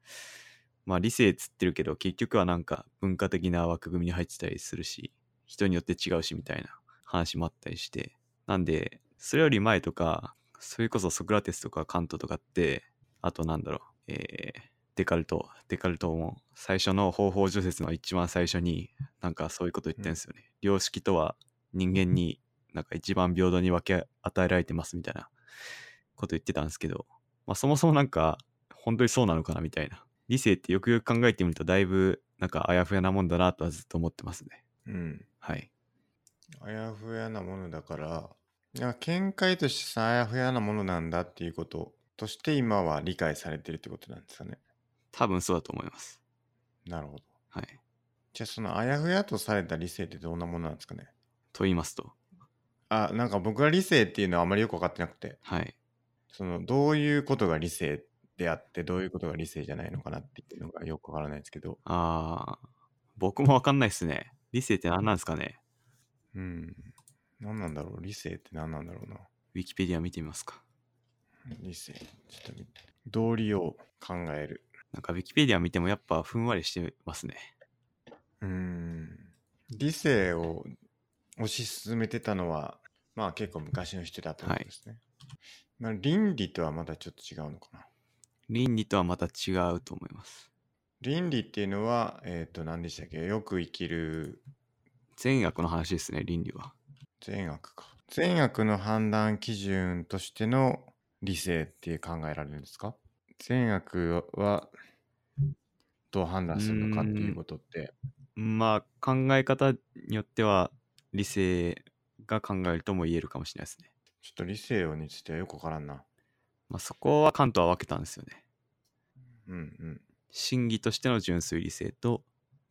まあ理性っつってるけど結局はなんか文化的な枠組みに入ってたりするし人によって違うしみたいな話もあったりしてなんでそれより前とかそれこそソクラテスとかカントとかってあとなんだろう、えーデカルトデカルトも最初の方法除説の一番最初になんかそういうこと言ってるんですよね、良識とは人間になんか一番平等に分け与えられてますみたいなこと言ってたんですけど、まあ、そもそもなんか本当にそうなのかなみたいな理性ってよくよく考えてみるとだいぶなんかあやふやなもんだなとはずっと思ってますね
うん、
はい
あやふやなものだからいや見解としてさあやふやなものなんだっていうこととして今は理解されてるってことなんですかね
多分そうだと思います
なるほど
はい
じゃあそのあやふやとされた理性ってどんなものなんですかね
と言いますと
あなんか僕は理性っていうのはあまりよく分かってなくて
はい
そのどういうことが理性であってどういうことが理性じゃないのかなっていうのがよくわからないですけど、
あー僕もわかんないっすね理性って何なんですかね
うん、何なんだろう理性って何なんだろうな
ウィキペディア見てみますか
理性ちょっと見道理を考える
なんかウィキペディア見てもやっぱふんわりしてますね
うん理性を推し進めてたのは、まあ結構昔の人だという
は
こ
い
とですね。まあ倫理とはまだちょっと違うのかな。
倫理とはまた違うと思います。
倫理っていうのは、えっ、と、何でしたっけよく生きる
善悪の話ですね、倫理は。
善悪か。善悪の判断基準としての理性って考えられるんですか善悪はどう判断するのかっていうことって。
まあ、考え方によっては理性が考えるとも言えるかもしれないですね。
ちょっと理性についてはよくわからんな。
まあ、そこは関東は分けたんですよね。
うんうん。
真偽としての純粋理性と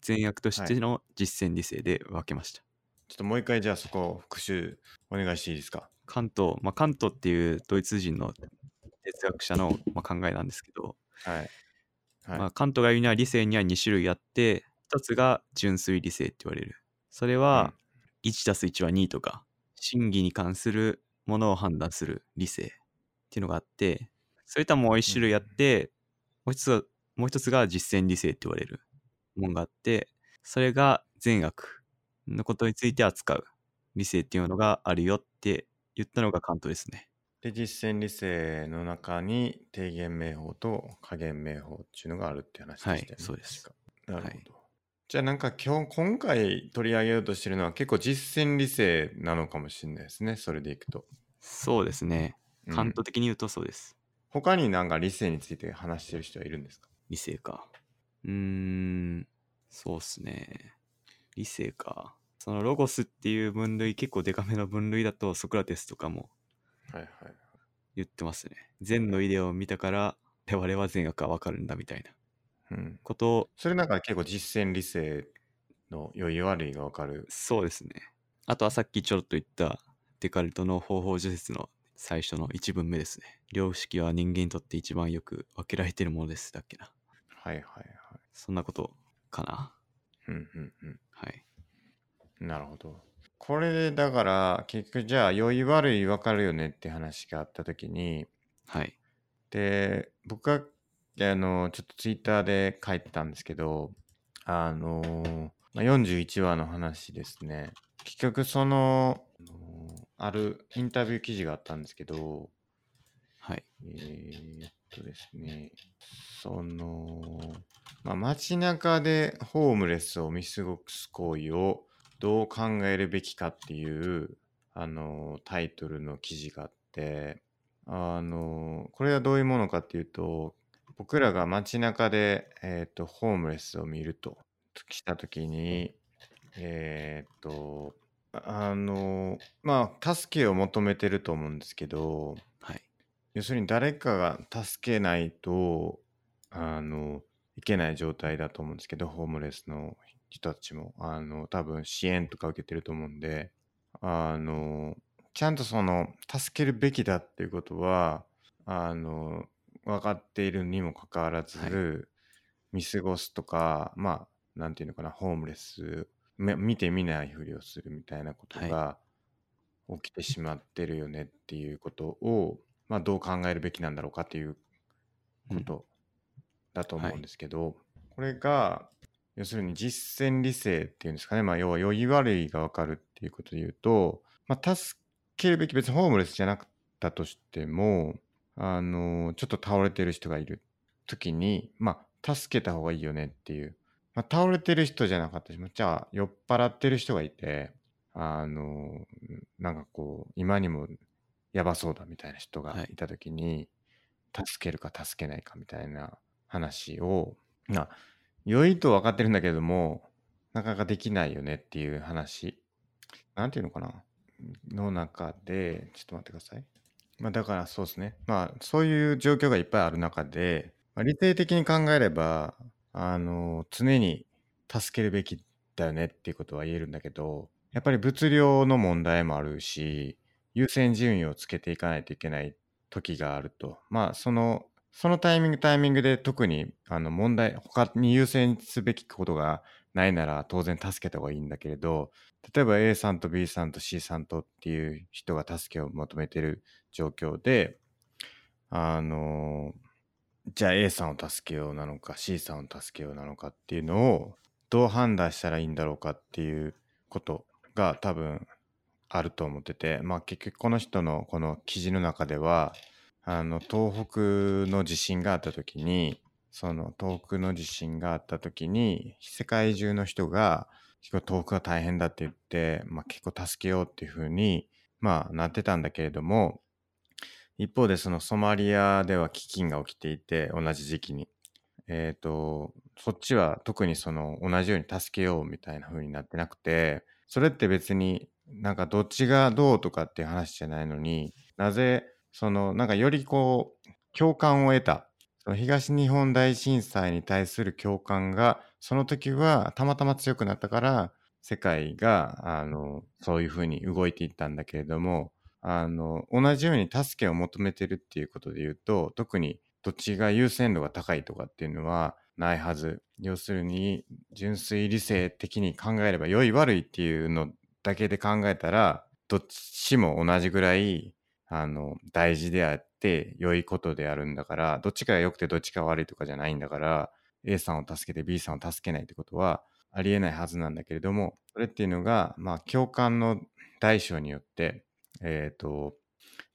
善悪として
はい
の実践理性で分けました。
ちょっともう一回じゃあそこを復習お願いしていいですか
関東、まあ、関東っていうドイツ人の哲学者のまあ考えなんですけど、
はい。はい。
まあ、関東が言うには理性には2種類あって1つが純粋理性って言われるそれは 1+1 は2とか真偽に関するものを判断する理性っていうのがあってそれとはもう1種類あってもう一つはもう一つが実践理性って言われるものがあってそれが善悪のことについて扱う理性っていうのがあるよって言ったのが関東ですね
で、実践理性の中に低減名法と加減名法っていうのがあるって話でしたよね。
はいそうです
確か。なるほど。
はい
じゃあなんか今日、今回取り上げようとしてるのは結構実践理性なのかもしれないですね。それでいくと。
そうですね
うん
関東的に言うとそうです、
他になんか理性について話してる人はいるんですか
理性か。うーん、そうっすね。理性か。そのロゴスっていう分類、結構デカめの分類だとソクラテスとかも
はいはい。
言ってますね。善のイデアを見たから、我々は善悪がわかるんだみたいな
うん。
ことを、
それなんか結構実践理性の良い悪いがわかる。
そうですね。あとはさっきちょろっと言ったデカルトの方法除説の最初の一文目ですね。良識は人間にとって一番よく分けられているものです。だっけな。
はいはいはい。
そんなことかな。
うんうんうん。
はい。
なるほど。これでだから結局じゃあ良い悪い分かるよねって話があった時に
はい。
で僕があのちょっとツイッターで書いてたんですけどあの、まあ、41話の話ですね結局そのあのあるインタビュー記事があったんですけど
はい。
えーっとですね、その、まあ、街中でホームレスを見過ごす行為をどう考えるべきかっていう、あのタイトルの記事があって、あのこれはどういうものかっていうと、僕らが街中で、えーっと、ホームレスを見ると、来た時に、えーっと、あのまあ、助けを求めてると思うんですけど、
はい。
要するに誰かが助けないとあのいけない状態だと思うんですけどホームレスの人たちもあの多分支援とか受けてると思うんであのちゃんとその助けるべきだっていうことはあの分かっているにもかかわらず、
は
見過ごすとかまあなんていうのかなホームレスめ見て見ないふりをするみたいなこと
はい
が起きてしまってるよねっていうことを、まあ、どう考えるべきなんだろうかっていうことだと思うんですけど、これが要するに実践理性っていうんですかね、まあ、要は良い悪いが分かるっていうことで言うと、まあ、助けるべき別にホームレスじゃなかったとしてもあのちょっと倒れてる人がいる時に、まあ、助けた方がいいよねっていう、まあ、倒れてる人じゃなかったしじゃあ酔っ払ってる人がいてあのなんかこう今にもやばそうだみたいな人がいた時に、助けるか助けないかみたいな話をな良いと分かってるんだけどもなかなかできないよねっていう話なんていうのかなの中でちょっと待ってください。まあだからそうですね。まあそういう状況がいっぱいある中で、まあ、理性的に考えれば、あの、常に助けるべきだよねっていうことは言えるんだけど、やっぱり物量の問題もあるし、優先順位をつけていかないといけない時があると。まあその、そのタイミングタイミングで特にあの問題、他に優先すべきことがないなら当然助けた方がいいんだけれど、例えば A さんと B さんと C さんとっていう人が助けを求めてる状況で、あの、じゃあ A さんを助けようなのか C さんを助けようなのかっていうのをどう判断したらいいんだろうかっていうことが多分あると思ってて、まあ、結局この人のこの記事の中ではあの東北の地震があった時にその東北の地震があった時に世界中の人が結構東北は大変だって言って、まあ、結構助けようっていうふうに、まあ、なってたんだけれども一方でそのソマリアでは飢饉が起きていて同じ時期に。えーと、とそっちは特にその同じように助けようみたいな風になってなくてそれって別になんかどっちがどうとかっていう話じゃないのになぜそのなんかよりこう共感を得たその東日本大震災に対する共感がその時はたまたま強くなったから世界があのそういう風に動いていったんだけれどもあの同じように助けを求めてるっていうことで言うと特にどっちが優先度が高いとかっていうのはないはず要するに純粋理性的に考えれば良い悪いっていうのだけで考えたらどっちも同じぐらいあの大事であって良いことであるんだからどっちかが良くてどっちか悪いとかじゃないんだから A さんを助けて B さんを助けないってことはありえないはずなんだけれどもそれっていうのがまあ共感の大小によってえっ、ー、と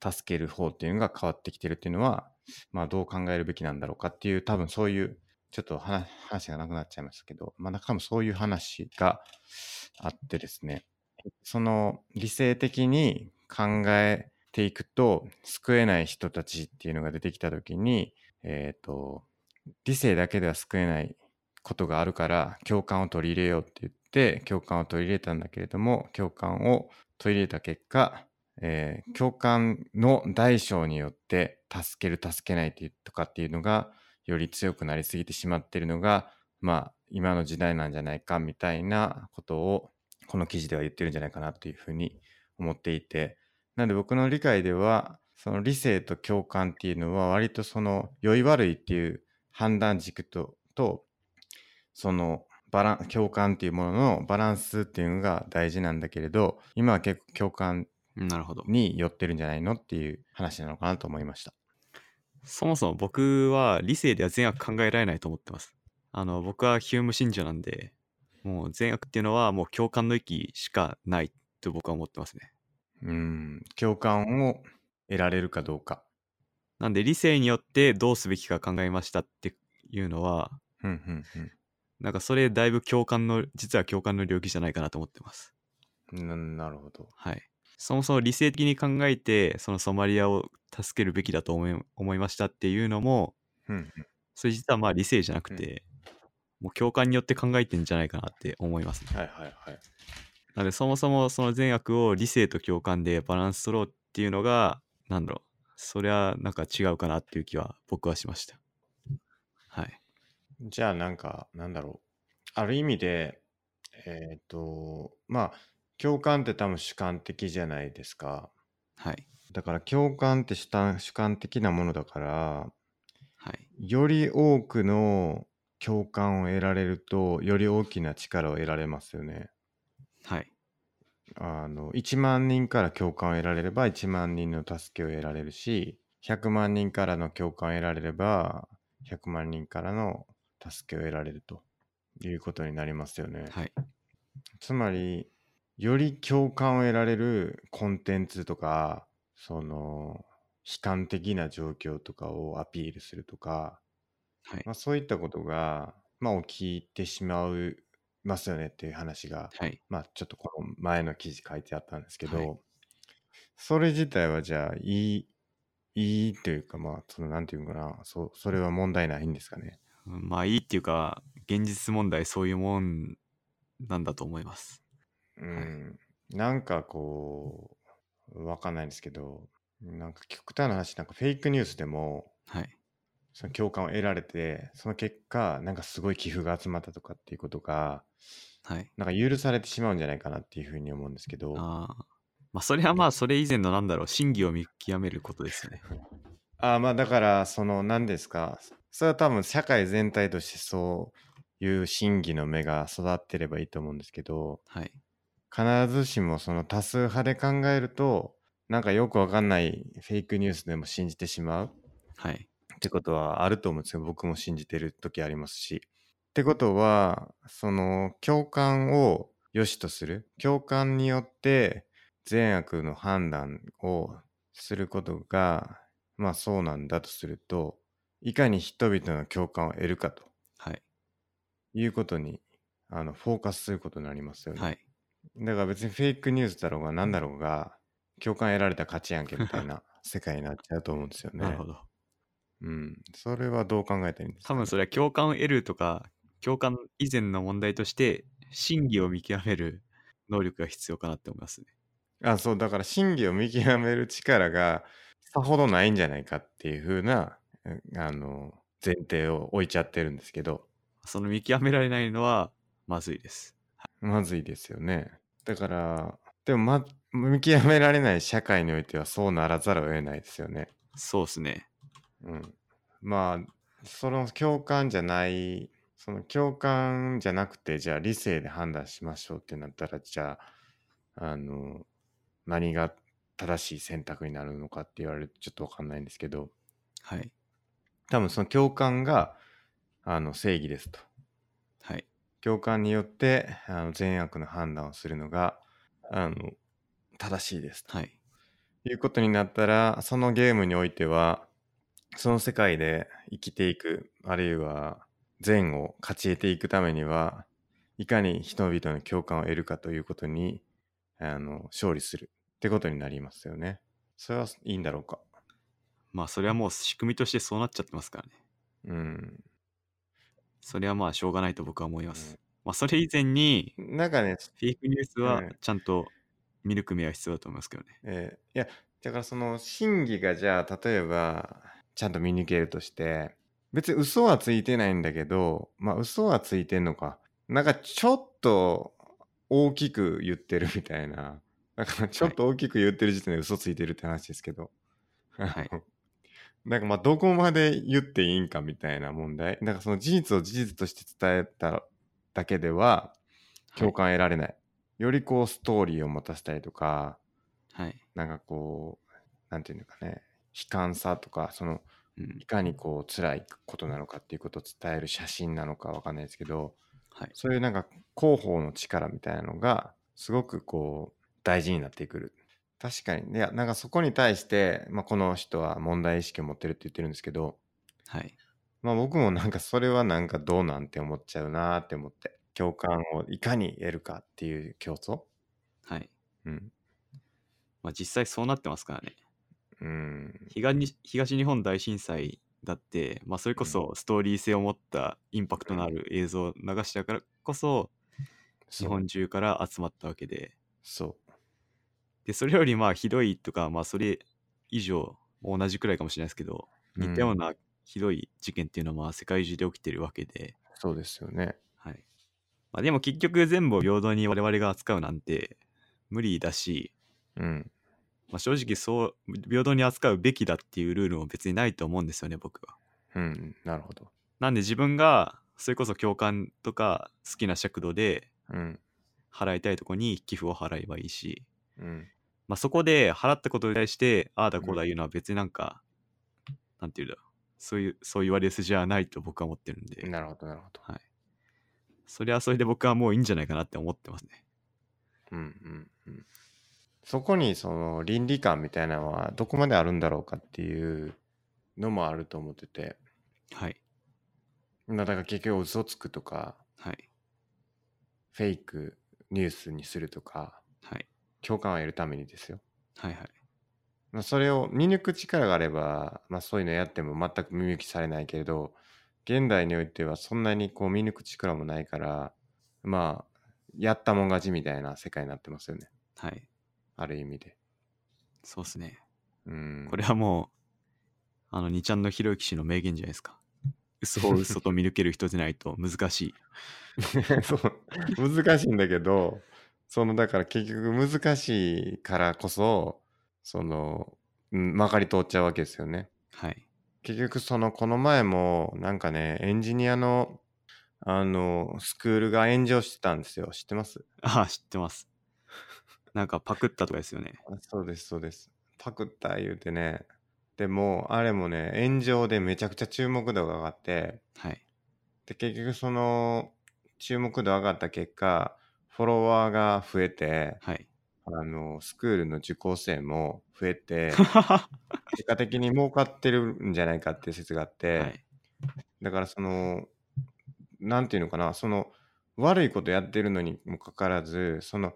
助ける方っていうのが変わってきてるっていうのはまあ、どう考えるべきなんだろうかっていう、多分そういう、ちょっと話がなくなっちゃいましたけど、まあ、中もそういう話があってですね、その理性的に考えていくと、救えない人たちっていうのが出てきたときに、えっ、ー、と、理性だけでは救えないことがあるから、共感を取り入れようって言って、共感を取り入れたんだけれども、共感を取り入れた結果、えー、共感の大小によって助ける助けないっていうとかっていうのがより強くなりすぎてしまってるのがまあ今の時代なんじゃないかみたいなことをこの記事では言ってるんじゃないかなというふうに思っていてなので僕の理解ではその理性と共感っていうのは割とその良い悪いっていう判断軸ととそのバラン共感っていうもののバランスっていうのが大事なんだけれど今は結構共感
なるほど。
に寄ってるんじゃないのっていう話なのかなと思いました
そもそも僕は理性では善悪考えられないと思ってます。あの、僕はヒューム信者なんで、もう善悪っていうのはもう共感の域しかないと僕は思ってますね。
うん共感を得られるかどうか
なんで理性によってどうすべきか考えましたっていうのは、
うんうんうん
なんかそれだいぶ共感の、実は共感の領域じゃないかなと思ってます。
ななるほど
はい。そもそも理性的に考えて、そのソマリアを助けるべきだと思い思いましたっていうのも、
うん
それ実はまあ理性じゃなくて、もう共感によって考えてんじゃないかなって思いますね。
うんはいはいはい
なのでそもそもその善悪を理性と共感でバランス取ろうっていうのが、なんだろう、それはなんか違うかなっていう気は僕はしました。はい。
じゃあなんかなんだろうある意味でえっ、とまあ共感って多分主観的じゃないですか
はい。
だから共感って主観主観的なものだから
はい。
より多くの共感を得られるとより大きな力を得られますよね。
はい。
あの1万人から共感を得られれば1万人の助けを得られるし100万人からの共感を得られれば100万人からの助けを得られるということになりますよね。
はい。
つまりより共感を得られるコンテンツとかその悲観的な状況とかをアピールするとか、
はい
ま。あ、そういったことが、まあ、起きてしまうますよねっていう話が、
はい。
まあ、ちょっとこの前の記事書いてあったんですけど、
はい
それ自体はじゃあいいいいというかまあそのなんていうのかなそそれは問題ないんですかね。
うんまあいいっていうか、現実問題そういうもんなんだと思います。
うんなんかこう、わかんないんですけど、なんか極端な話、なんかフェイクニュースでも、
はい。
その共感を得られて、その結果、なんかすごい寄付が集まったとかっていうことが、
はい。
なんか許されてしまうんじゃないかなっていうふうに思うんですけど、あ
ああ。まあそれはまあそれ以前のなんだろう、真偽を見極めることですよね。
あーまあだから、その何ですか、それは多分社会全体としてそういう真偽の目が育ってればいいと思うんですけど、
はい。
必ずしもその多数派で考えるとなんかよくわかんないフェイクニュースでも信じてしまう
はい。
ってことはあると思うんですけど僕も信じてる時ありますし。ってことはその共感を良しとする共感によって善悪の判断をすることが、まあそうなんだとすると、いかに人々の共感を得るかと
はい。
いうことに、あの、フォーカスすることになりますよね。
はい。
だから別にフェイクニュースだろうが何だろうが、共感得られた勝ちやんけみたいな世界になっちゃうと思うんですよね。
なるほど。
うん。それはどう考えてるんですか
多分それは共感を得るとか、共感以前の問題として、真偽を見極める能力が必要かなって思いますね。
あ、そう、だから真偽を見極める力がさほどないんじゃないかっていう風な、うんあの、前提を置いちゃってるんですけど、
その見極められないのはまずいです。
まずいですよね。だから、でも、ま、見極められない社会においてはそうならざるを得ないですよね。
そうですね。
うん。まあ、その共感じゃない、その共感じゃなくて、じゃあ理性で判断しましょうってなったら、じゃあ、あの、何が正しい選択になるのかって言われるとちょっとわかんないんですけど、
はい。
多分その共感が、あの、正義ですと。
はい。
共感によって、あの、善悪の判断をするのが、あの、正しいですと。
はい。
いうことになったらそのゲームにおいてはその世界で生きていくあるいは善を勝ち得ていくためにはいかに人々の共感を得るかということにあの勝利するってことになりますよね。それはいいんだろうか。
まあそれはもう仕組みとしてそうなっちゃってますからね。
うん。
それはまあしょうがないと僕は思います。まあそれ以前に、
なんかね、
フェイクニュースは
うん
ちゃんと見る組合は必要だと思いますけどね。
えーいやだからその真偽がじゃあ例えばちゃんと見抜けるとして別に嘘はついてないんだけどまあ嘘はついてんのかなんかちょっと大きく言ってるみたいなだからちょっと大きく言ってる時点で嘘ついてるって話ですけど、
はい
なんかまあどこまで言っていいんかみたいな問題なんかその事実を事実として伝えただけでは共感得られない、よりこうストーリーを持たせたりとか
はい。
なんかこう、なんていうのかね、悲観さとか、その、
うん
い。かにこう、辛いことなのかっていうことを伝える写真なのかわかんないですけど、
はい。
そういうなんか広報の力みたいなのが、すごくこう、大事になってくる。確かに。いや、なんかそこに対して、まあ、この人は問題意識を持ってるって言ってるんですけど、
はい。
まあ僕もなんかそれはなんかどうなんて思っちゃうなーって思って、共感をいかに得るかっていう競争
はい。
うん。
まあ実際そうなってますからね。
うん。
東に東日本大震災だって、まあ、それこそストーリー性を持ったインパクトのある映像を流したからこそ日
そう。
本中から集まったわけで
そう。
でそれよりまあひどいとか、まあ、それ以上同じくらいかもしれないですけど似たようなひどい事件っていうのはまあ世界中で起きてるわけで、
そうですよね。
はいまあ、でも結局全部を平等に我々が扱うなんて無理だし、
うん。
まあ、正直そう平等に扱うべきだっていうルールも別にないと思うんですよね僕は。
うん。なるほど。
なんで自分がそれこそ共感とか好きな尺度で
うん。
払いたいとこに寄付を払えばいいし、
うん。
まあ、そこで払ったことに対してああだこうだ言うのは別になんか、なんていうんだろうそういうそう言われる筋じゃないと僕は思ってるんで、
なるほど、なるほど。
はい、それはそれで僕はもういいんじゃないかなって思ってますね
うんうんうん。そこにその倫理観みたいなのはどこまであるんだろうかっていうのもあると思ってて。
はい
まあだから結局嘘つくとか、
はい
フェイクニュースにするとか、
はい
共感を得るためにですよ。
はいはい
まあ、それを見抜く力があれば、まあ、そういうのやっても全く見抜きされないけれど現代においてはそんなにこう見抜く力もないからまあやったもん勝ちみたいな世界になってますよね
はい
ある意味で
そうですね
うん
これはもうあの2ちゃんのひろゆき氏の名言じゃないです か嘘を嘘と見抜ける人でないと難しい
そう難しいんだけどそのだから結局難しいからこそその、うん、まかり通っちゃうわけですよね
はい
結局そのこの前もなんかねエンジニアのあのスクールが炎上してたんですよ知ってます
ああ、知ってます。なんかパクったとかですよね。
あそうですそうですパクった言うてねでもあれもね炎上でめちゃくちゃ注目度が上がって
はい。
で結局その注目度上がった結果フォロワーが増えて
はい。
あの、スクールの受講生も増え て、結果的に儲かってるんじゃないかっていう説があって、
はい。
だからその、なんていうのかな、その悪いことやってるのにもかかわらず、その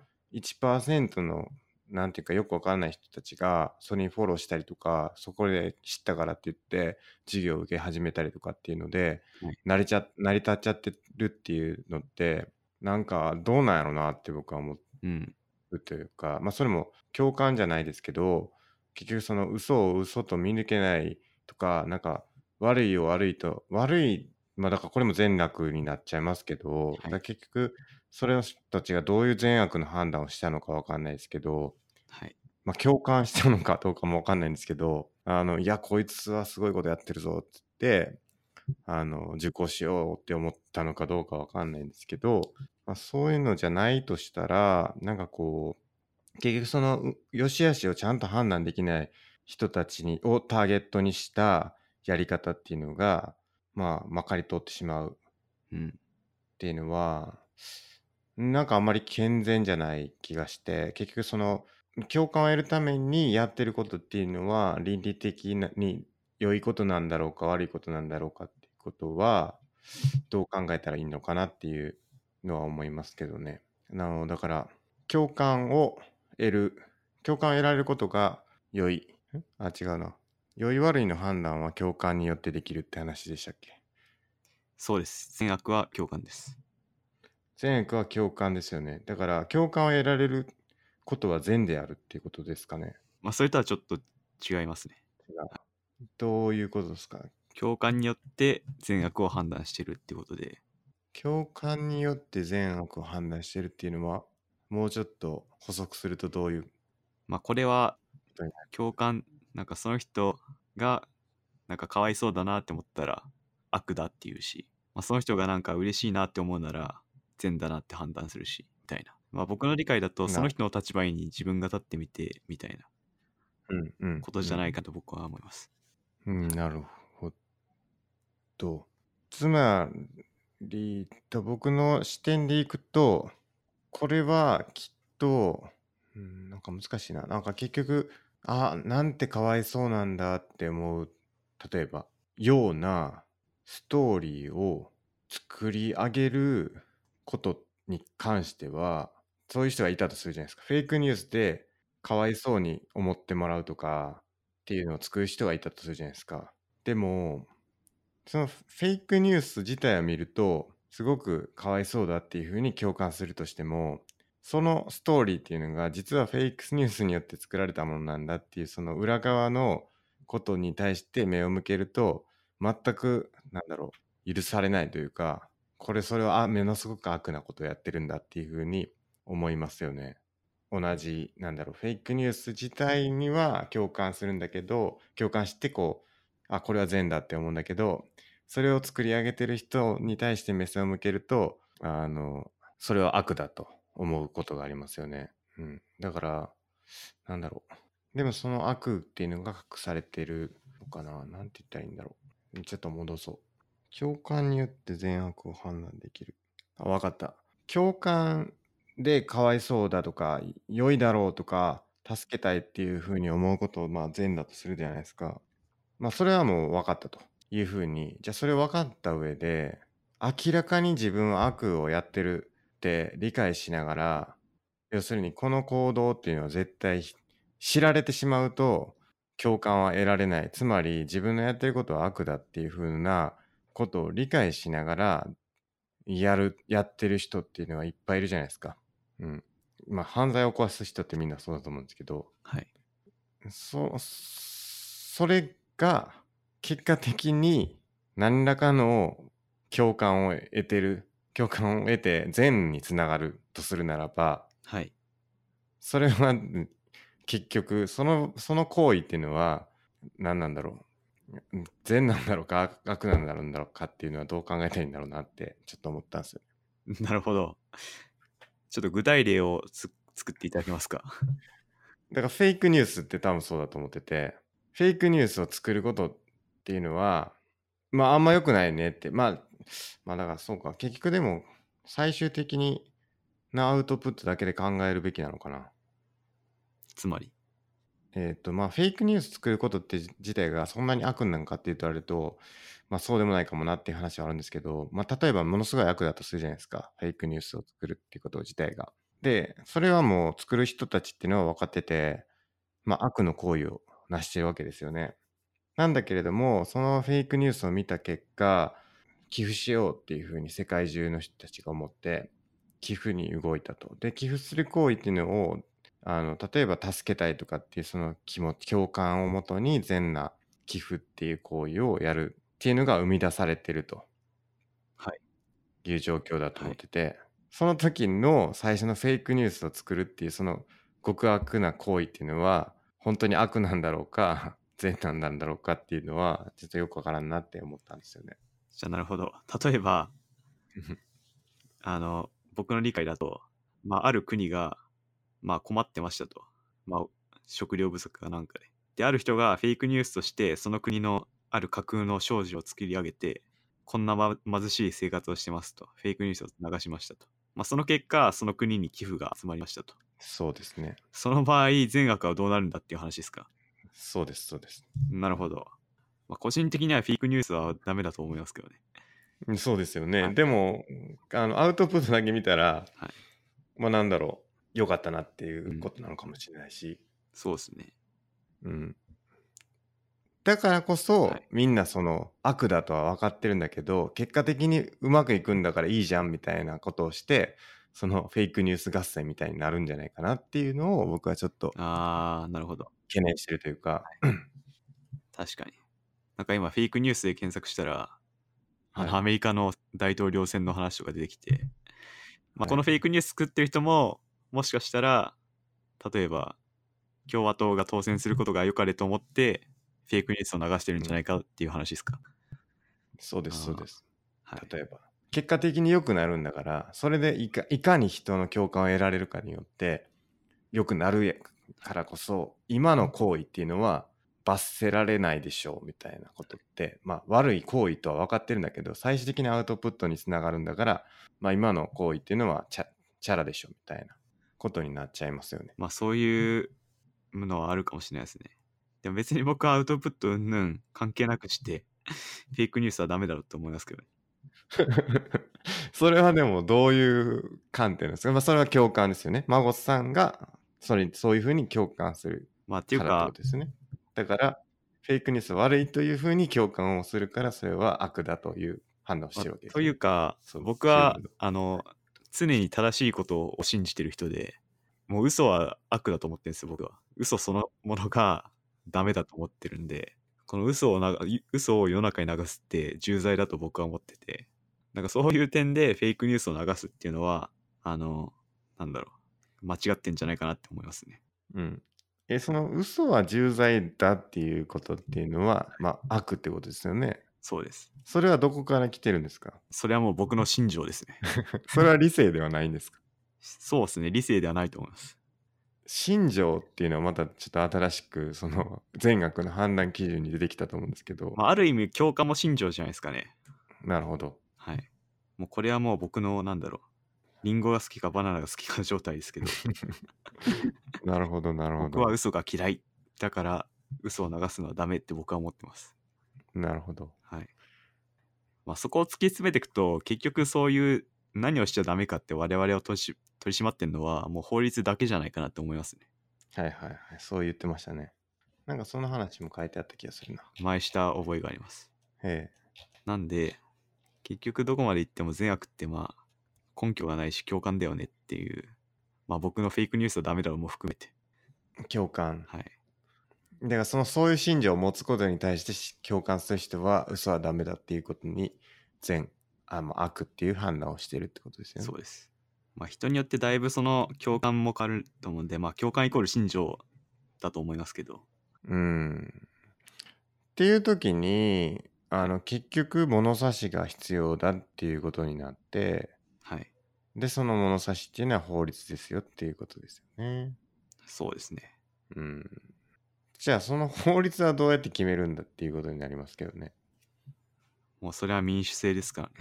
1%の、なんていうかよくわからない人たちが、それにフォローしたりとか、そこで知ったからって言って、授業を受け始めたりとかっていうので、
はい
成りちゃ成り立っちゃってるっていうのって、なんかどうなんやろなって僕は思
うん。
うというか、まあ、それも共感じゃないですけど結局その嘘を嘘と見抜けないとかなんか悪いを悪いと悪いまあだからこれも善悪になっちゃいますけどだ
は
から
い。
結局それの人たちがどういう善悪の判断をしたのかわかんないですけど、
はい。
まあ、共感したのかどうかもわかんないんですけどあのいやこいつはすごいことやってるぞって言ってあの受講しようって思ったのかどうかわかんないんですけど、まあ、そういうのじゃないとしたらなんかこう結局そのう良し悪しをちゃんと判断できない人たちにをターゲットにしたやり方っていうのがまあまかり通ってしまう
うん。
っていうのはなんかあんまり健全じゃない気がして結局その共感を得るためにやってることっていうのは倫理的なに良いことなんだろうか悪いことなんだろうかっていうことはどう考えたらいいのかなっていうのは思いますけどね。なのだから共感を得る共感を得られることが良いんあ違うな良い悪いの判断は共感によってできるって話でしたっけ
そうです。善悪は共感です。
善悪は共感ですよね。だから共感を得られることは善であるっていうことですかね。
まあ、それとはちょっと違いますね。
違うどういうことですか
共感によって善悪を判断してるってことで。
共感によって善悪を判断してるっていうのは、もうちょっと補足するとどういう
まあ、これは
ことになる
共感、なんかその人が、なんかかわいそうだなって思ったら悪だっていうし、まあ、その人がなんか嬉しいなって思うなら善だなって判断するし、みたいな。まあ、僕の理解だと、そ
な
の
る
人の立場に自分が立ってみて、みたいな
うんうん
こと
う
じゃ
ん。
ないかと僕は思います。
うんなるほど。つまり、と僕の視点でいくと、これはきっと、うんなんか難しいな。なんか結局、あ、なんてかわいそうなんだって思う、例えば、ようなストーリーを作り上げることに関しては、そういう人がいたとするじゃないですか。フェイクニュースでかわいそうに思ってもらうとかっていうのを作る人がいたとするじゃないですか。でも、そのフェイクニュース自体を見ると、すごくかわいそうだっていうふうに共感するとしても、そのストーリーっていうのが実はフェイクニュースによって作られたものなんだっていうその裏側のことに対して目を向けると全くなんだろう許されないというかこれそれはあものすごく悪なことをやってるんだっていうふうに思いますよね。同じなんだろうフェイクニュース自体には共感するんだけど共感してこうあこれは善だって思うんだけどそれを作り上げてる人に対して目線を向けるとあのそれは悪だと思うことがありますよね。うん、だからなんだろうでもその悪っていうのが隠されてるのかななんて言ったらいいんだろうちょっと戻そう共感によって善悪を判断できるあわかった共感でかわいそうだとか良いだろうとか助けたいっていうふうに思うことをまあ善だとするじゃないですかまあそれはもう分かったというふうにじゃあそれ分かった上で明らかに自分は悪をやってるって理解しながら要するにこの行動っていうのは絶対ひ知られてしまうと共感は得られないつまり自分のやってることは悪だっていうふうなことを理解しながらやるやってる人っていうのはいっぱいいるじゃないですか。うん、まあ犯罪を犯す人ってみんなそうだと思うんですけど
はい。
そそれが結果的に何らかの共感を得てる共感を得て善につながるとするならば
はい。
それはうん結局そのその行為っていうのは何なんだろううん善なんだろうか悪悪なんだろうかっていうのはどう考えたらいいんだろうなってちょっと思ったんですよ。
なるほど。ちょっと具体例をつ作っていただけますか。
だからフェイクニュースって多分そうだと思ってて、フェイクニュースを作ることっていうのは、まああんま良くないねって、まあ、まあだからそうか、結局でも最終的になアウトプットだけで考えるべきなのかな。
つまり。
えっ、と、まあ、フェイクニュース作ることってじ自体がそんなに悪なんかって言うとあると、まあ、そうでもないかもなっていう話はあるんですけど、まあ、例えばものすごい悪だとするじゃないですか。フェイクニュースを作るっていうこと自体が。で、それはもう作る人たちっていうのは分かってて、まあ、悪の行為を成してるわけですよね。なんだけれども、そのフェイクニュースを見た結果、寄付しようっていうふうに世界中の人たちが思って、寄付に動いたと。で、寄付する行為っていうのをあの例えば助けたいとかっていうその気持ち共感をもとに善な寄付っていう行為をやるっていうのが生み出されてると
はい
いう状況だと思ってて、その時の最初のフェイクニュースを作るっていうその極悪な行為っていうのは本当に悪なんだろうか 善なんだろうかっていうのはちょっとよくわからんなって思ったんですよね。
じゃあなるほど。例えば
うん、
あの、僕の理解だと、まあ、ある国が、まあ、困ってましたと。まあ、食料不足かなんかで。で、ある人がフェイクニュースとして、その国のある架空の少女を作り上げて、こんな、ま、貧しい生活をしてますと。フェイクニュースを流しましたと。まあ、その結果、その国に寄付が集まりましたと。
そうですね。
その場合、全額はどうなるんだっていう話ですか。
そうです、そうです。
なるほど。まあ、個人的にはフェイクニュースはダメだと思いますけどね。
うんそうですよね。
はい
でもあのアウトプットだけ見たら、
はい
まあなんだろう良かったなっていうことなのかもしれないし、
そうですね。
うんだからこそ、
はい
みんなその悪だとは分かってるんだけど結果的にうまくいくんだからいいじゃんみたいなことをしてそのフェイクニュース合戦みたいになるんじゃないかなっていうのを僕はちょっと
あー、なるほど。
懸念してるというか、
確かに。なんか今、フェイクニュースで検索したら、あの
はい
アメリカの大統領選の話とか出てきて、
は
まあ、
い
このフェイクニュース作ってる人も、もしかしたら、例えば、共和党が当選することが良かれと思って、フェイクニュースを流してるんじゃないかっていう話ですか。
そうですそうです
はい、
例えば結果的に良くなるんだからそれでいかいかに人の共感を得られるかによって良くなるからこそ今の行為っていうのは罰せられないでしょうみたいなことって、まあ、悪い行為とは分かってるんだけど最終的にアウトプットにつながるんだから、まあ、今の行為っていうのはチャチャラでしょみたいなことになっちゃいますよ ね。
まあ、そういうのはあるかもしれないですね。でも別に僕はアウトプットうんぬん関係なくして、フェイクニュースはダメだろうと思いますけどね。
それはでもどういう観点なんですか、まあ、それは共感ですよね。孫さんがそれにそういうふうに共感する
まあ、っていう
からって
か
こ、とですね。だから、フェイクニュースは悪いというふうに共感をするから、それは悪だという判断をしてるわけです、
というか
そう
僕は
そういうこ
あの常に正しいことを信じてる人でもう嘘は悪だと思ってるんですよ僕は嘘そのものがダメだと思ってるんでこの嘘をな嘘を世の中に流すって重罪だと僕は思っててなんかそういう点でフェイクニュースを流すっていうのはあのなんだろう間違ってんじゃないかなって思いますね
うん。え、その嘘は重罪だっていうことっていうのは、まあ、悪ってことですよね。
そうです
それはどこから来てるんですか
それはもう僕の信条ですね
それは理性ではないんですか
そうですね理性ではないと思います
信条っていうのはまたちょっと新しく、その善悪の判断基準に出てきたと思うんですけど、
まあある意味共感も信条じゃないですかね
なるほど。
はい。もうこれはもう僕のなんだろう。リンゴが好きかバナナが好きかの状態ですけど、
なるほど、なるほ
僕は
ど。
嘘が嫌い。だから嘘を流すのはダメって僕は思ってます。
なるほど。
はい。まあそこを突き詰めていくと、結局そういう何をしちゃダメかって我々を取りし取り締まってるのはもう法律だけじゃないかなと思いますね。
はいはいはい。そう言ってましたね。なんかその話も書いてあった気がするな。
前した覚えがあります。
ええ、
なんで、結局どこまで行っても善悪ってまあ根拠がないし共感だよねっていう、まあ僕のフェイクニュースはダメだろうも含めて。
共感。
はい。
だからそのそういう信条を持つことに対してし共感する人は嘘はダメだっていうことに善、あまあ悪っていう判断をしてるってことですよね。
そうです。まあ人によってだいぶその共感も変わると思うんで、まあ共感イコール信条だと思いますけど。
うん。っていう時に、あの結局物差しが必要だっていうことになって、
はい。
で、その物差しっていうのは法律ですよっていうことですよね。
そうですね。
うん。じゃあその法律はどうやって決めるんだっていうことになりますけどね。
もうそれは民主制ですからね。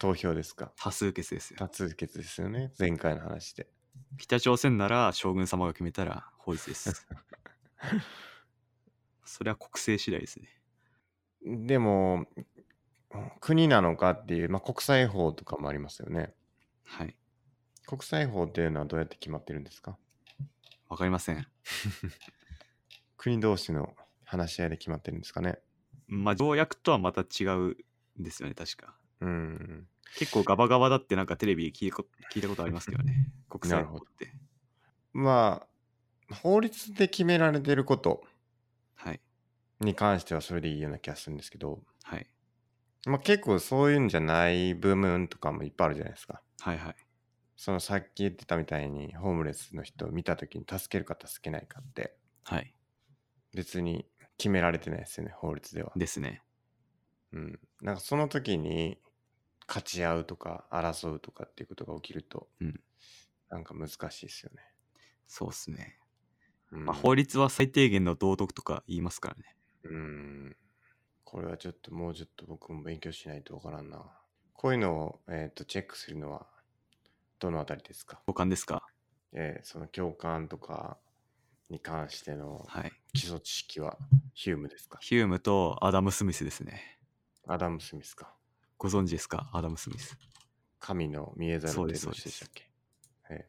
投票ですか。
多数決ですよ。
多数決ですよね前回の話で
北朝鮮なら将軍様が決めたら法律です。それは国政次第ですね。
でも、国なのかっていう、まあ、国際法とかもありますよね。
はい。
国際法っていうのはどうやって決まってるんですか
わかりません。
国同士の話し合いで決まってるんですかね。
まあ、条約とはまた違うんですよね、確か。
うん。
結構ガバガバだってなんかテレビで聞いこ聞いたことありますけどね。国際法って。
まあ、法律で決められてること
はい。
に関してはそれでいいような気がするんですけど、
はい。
まあ、結構そういうんじゃない部分とかもいっぱいあるじゃないですか。
はいはい。
そのさっき言ってたみたいにホームレスの人を見た時に助けるか助けないかって
はい。
別に決められてないですよね法律では。
ですね。
うん、なんかその時に勝ち合うとか争うとかっていうことが起きると、
うん
なんか難しいですよね。
そうですね。
うん
まあ、法律は最低限の道徳とか言いますからね。
うんこれはちょっともうちょっと僕も勉強しないとわからんな。こういうのを、えーとチェックするのはどのあたりですか、
五感ですか
えーその共感とかに関しての
はい。
基礎知識はヒュームですか
ヒュームとアダム・スミスですね。
アダム・スミスか
ご存知ですかアダム・スミス。
神の見えざる
そう
天
です
の人でしたっけええ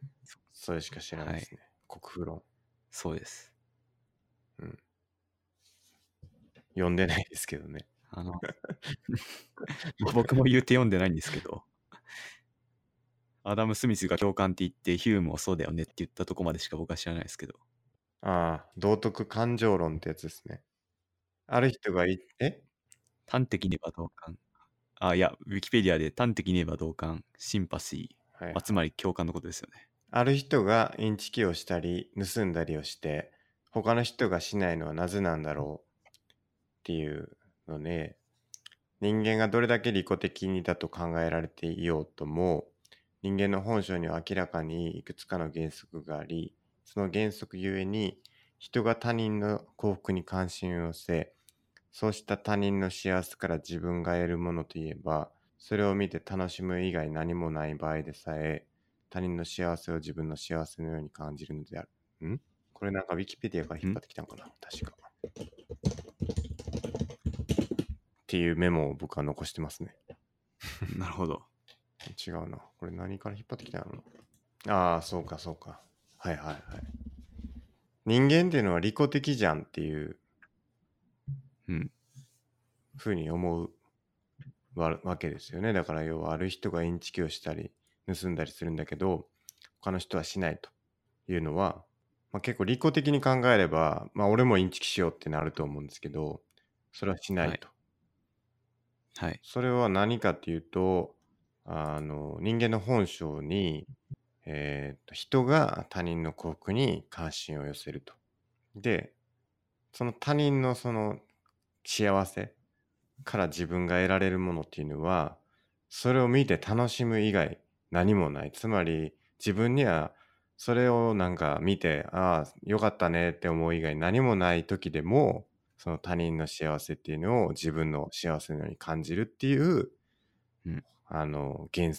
それしか知らないですね。国風論。
そうです。
読んでないですけどね。
あの 僕も言うて読んでないんですけど。アダム・スミスが共感って言ってヒュームもそうだよねって言ったとこまでしか僕は知らないですけど。
ああ、道徳感情論ってやつですね。ある人がい、え
端的に言えば同感。あ、いや、ウィキペディアで端的に言えば同感、シンパシ
は
ー、
い
まあ、。つまり共感のことですよ ね。
ある人がインチキをしたり、盗んだりをして、他の人がしないのはなぜなんだろうっていうので、人間がどれだけ利己的にだと考えられていようとも、人間の本性には明らかにいくつかの原則があり、その原則ゆえに、人が他人の幸福に関心を寄せ、そうした他人の幸せから自分が得るものといえば、それを見て楽しむ以外何もない場合でさえ、他人の幸せを自分の幸せのように感じるのである。んこれなんか Wikipedia から引っ張ってきたのかな確か。っていうメモを僕は残してますね。
なるほど。
違うな。これ何から引っ張ってきたのああ、そうかそうか。はいはいはい。人間っていうのは利己的じゃんっていう
うん。
ふうに思うわわけですよね。だから要はある人がインチキをしたり盗んだりするんだけど他の人はしないというのは、まあ、結構利己的に考えれば、まあ、俺もインチキしようってなると思うんですけどそれはしないと。
はいはい。
それは何かっていうとあの人間の本性に、えーと人が他人の幸福に関心を寄せると。でその他人のその幸せから自分が得られるものっていうのはそれを見て楽しむ以外何もないつまり自分にはそれをなんか見てああよかったねって思う以外何もない時でもその他人の幸せっていうのを自分の幸せのように感じるっていう、
うん
あの原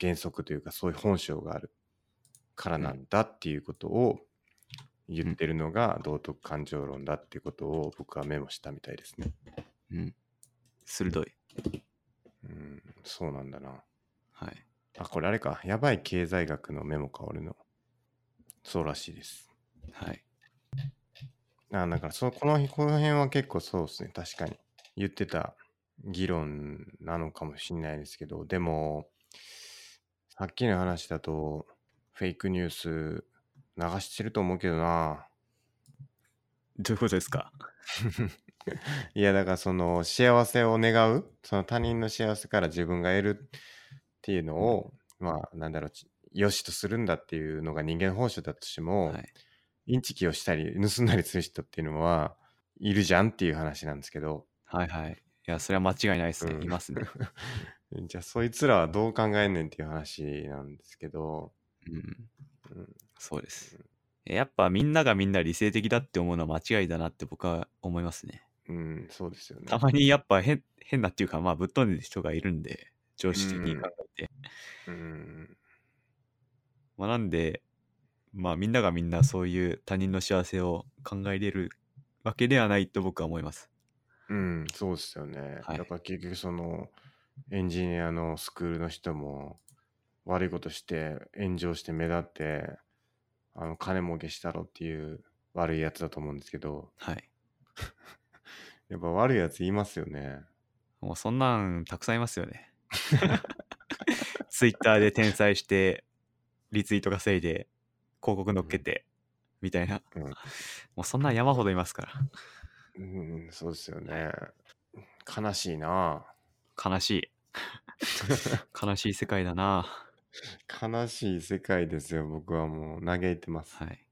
原則というかそういう本性があるからなんだっていうことを言ってるのが道徳感情論だっていうことを僕はメモしたみたいですね。
うん。鋭い。
うん、そうなんだな。
はい。
あ、これあれか。やばい経済学のメモか、俺の。そうらしいです。
はい。
あだからそうこのこの辺は結構そうですね確かに言ってた議論なのかもしれないですけどでもさっきの話だとフェイクニュース流してると思うけどな
どういうことですか
いやだからその幸せを願うその他人の幸せから自分が得るっていうのをまあなんだろうち良しとするんだっていうのが人間本性だとしても、
はい。
インチキをしたり盗んだりする人っていうのはいるじゃんっていう話なんですけど
はいはい。いや、それは間違いないですね。
うん
います ね。
じゃあそいつらはどう考えんねんっていう話なんですけど、
うん。
うん
そうです。やっぱみんながみんな理性的だって思うのは間違いだなって僕は思いますね。
うん、そうですよね。
たまにやっぱ変変なっていうか、まあぶっ飛んでる人がいるんで、常識的に考えて。
うん、
まあ、なんで、まあみんながみんなそういう他人の幸せを考えれるわけではないと僕は思います。
うん、そうですよね。
はい
だから結局そのエンジニアのスクールの人も悪いことして炎上して目立ってあの金儲けしたろっていう悪いやつだと思うんですけど
はい。
やっぱ悪いやついますよね。
もうそんなんたくさんいますよね。ツイッターで転載して、リツイート稼いで、広告乗っけて、みたいな。
うん
もうそんなん山ほどいますから。
うん、そうですよね。悲しいな
悲しい。悲しい世界だな。
悲しい世界ですよ。僕はもう嘆いてます。
はい。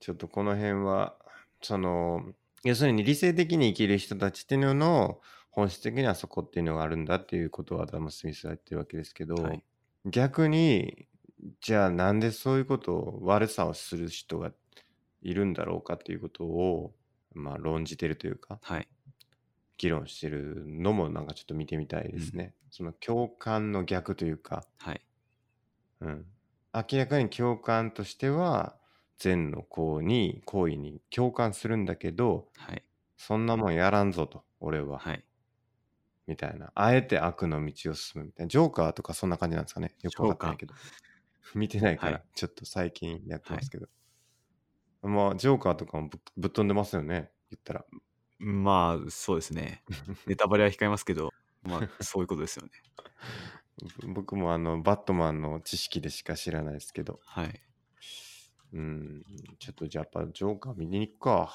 ちょっとこの辺は、その、要するに理性的に生きる人たちっていうのの本質的にはそこっていうのがあるんだっていうことをアダム・スミスは言ってるわけですけど、
はい
逆に、じゃあなんでそういうことを悪さをする人がいるんだろうかっていうことを、まあ論じてるというか、
はい。
議論してるのもなんかちょっと見てみたいですね。その共感の逆というか、
はい。
うん、明らかに共感としては善の行に行為に共感するんだけど
はい。
そんなもんやらんぞと俺は、
はい。
みたいなあえて悪の道を進むみたいなジョーカーとかそんな感じなんですかねよくわかってないけど見てないから、
はい
ちょっと最近やってますけど、まあジョーカーとかもぶっぶっ飛んでますよね言ったら
まあ、そうです ね。ネタバレは控えますけど、まあ、そういうことですよね。
ぶ僕もあのバットマンの知識でしか知らないですけど
はい。
うんちょっとじゃあやっぱジョーカー見に行くか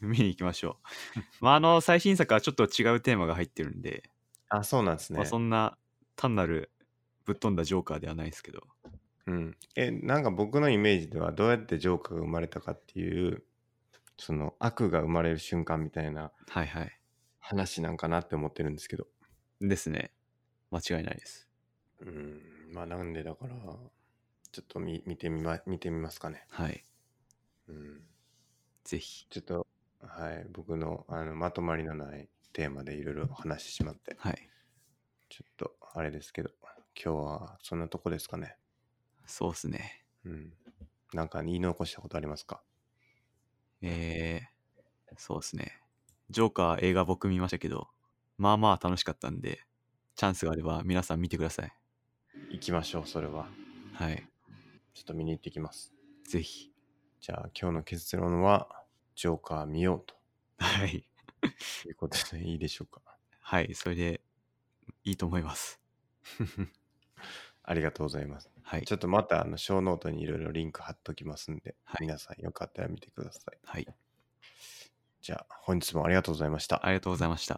見に行きましょう。まあ、あの、最新作はちょっと違うテーマが入ってるんで、
あそうなんですね、
まあ、そんな単なるぶっ飛んだジョーカーではないですけど、
うん、えなんか僕のイメージではどうやってジョーカーが生まれたかっていうその悪が生まれる瞬間みたいな
はいはい。
話なんかなって思ってるんですけど、
ですね。間違いないです。
うん、まあなんでだからちょっと見見てみま見てみますかね、
はい。
うん、
ぜひ。
ちょっとはい僕のあのまとまりのないテーマでいろいろ話してしまって
はい。
ちょっとあれですけど今日はそんなとこですかね、
そうですね。
うん、なんか言い残したことありますか
えー、そうですね。ジョーカー映画僕見ましたけど、まあまあ楽しかったんで、チャンスがあれば皆さん見てください。
行きましょうそれは
はい。
ちょっと見に行ってきます
ぜひ。
じゃあ今日の結論は、ジョーカー見よう
はい。
ということでいいでしょうか。
はい。それで、いいと思います。
ありがとうございます。
はい
ち。ょっとまたあの小ノートにいろいろリンク貼っときますんで、
はい
皆さんよかったら見てください。
はい。
じゃあ本日もありがとうございました。
ありがとうございました。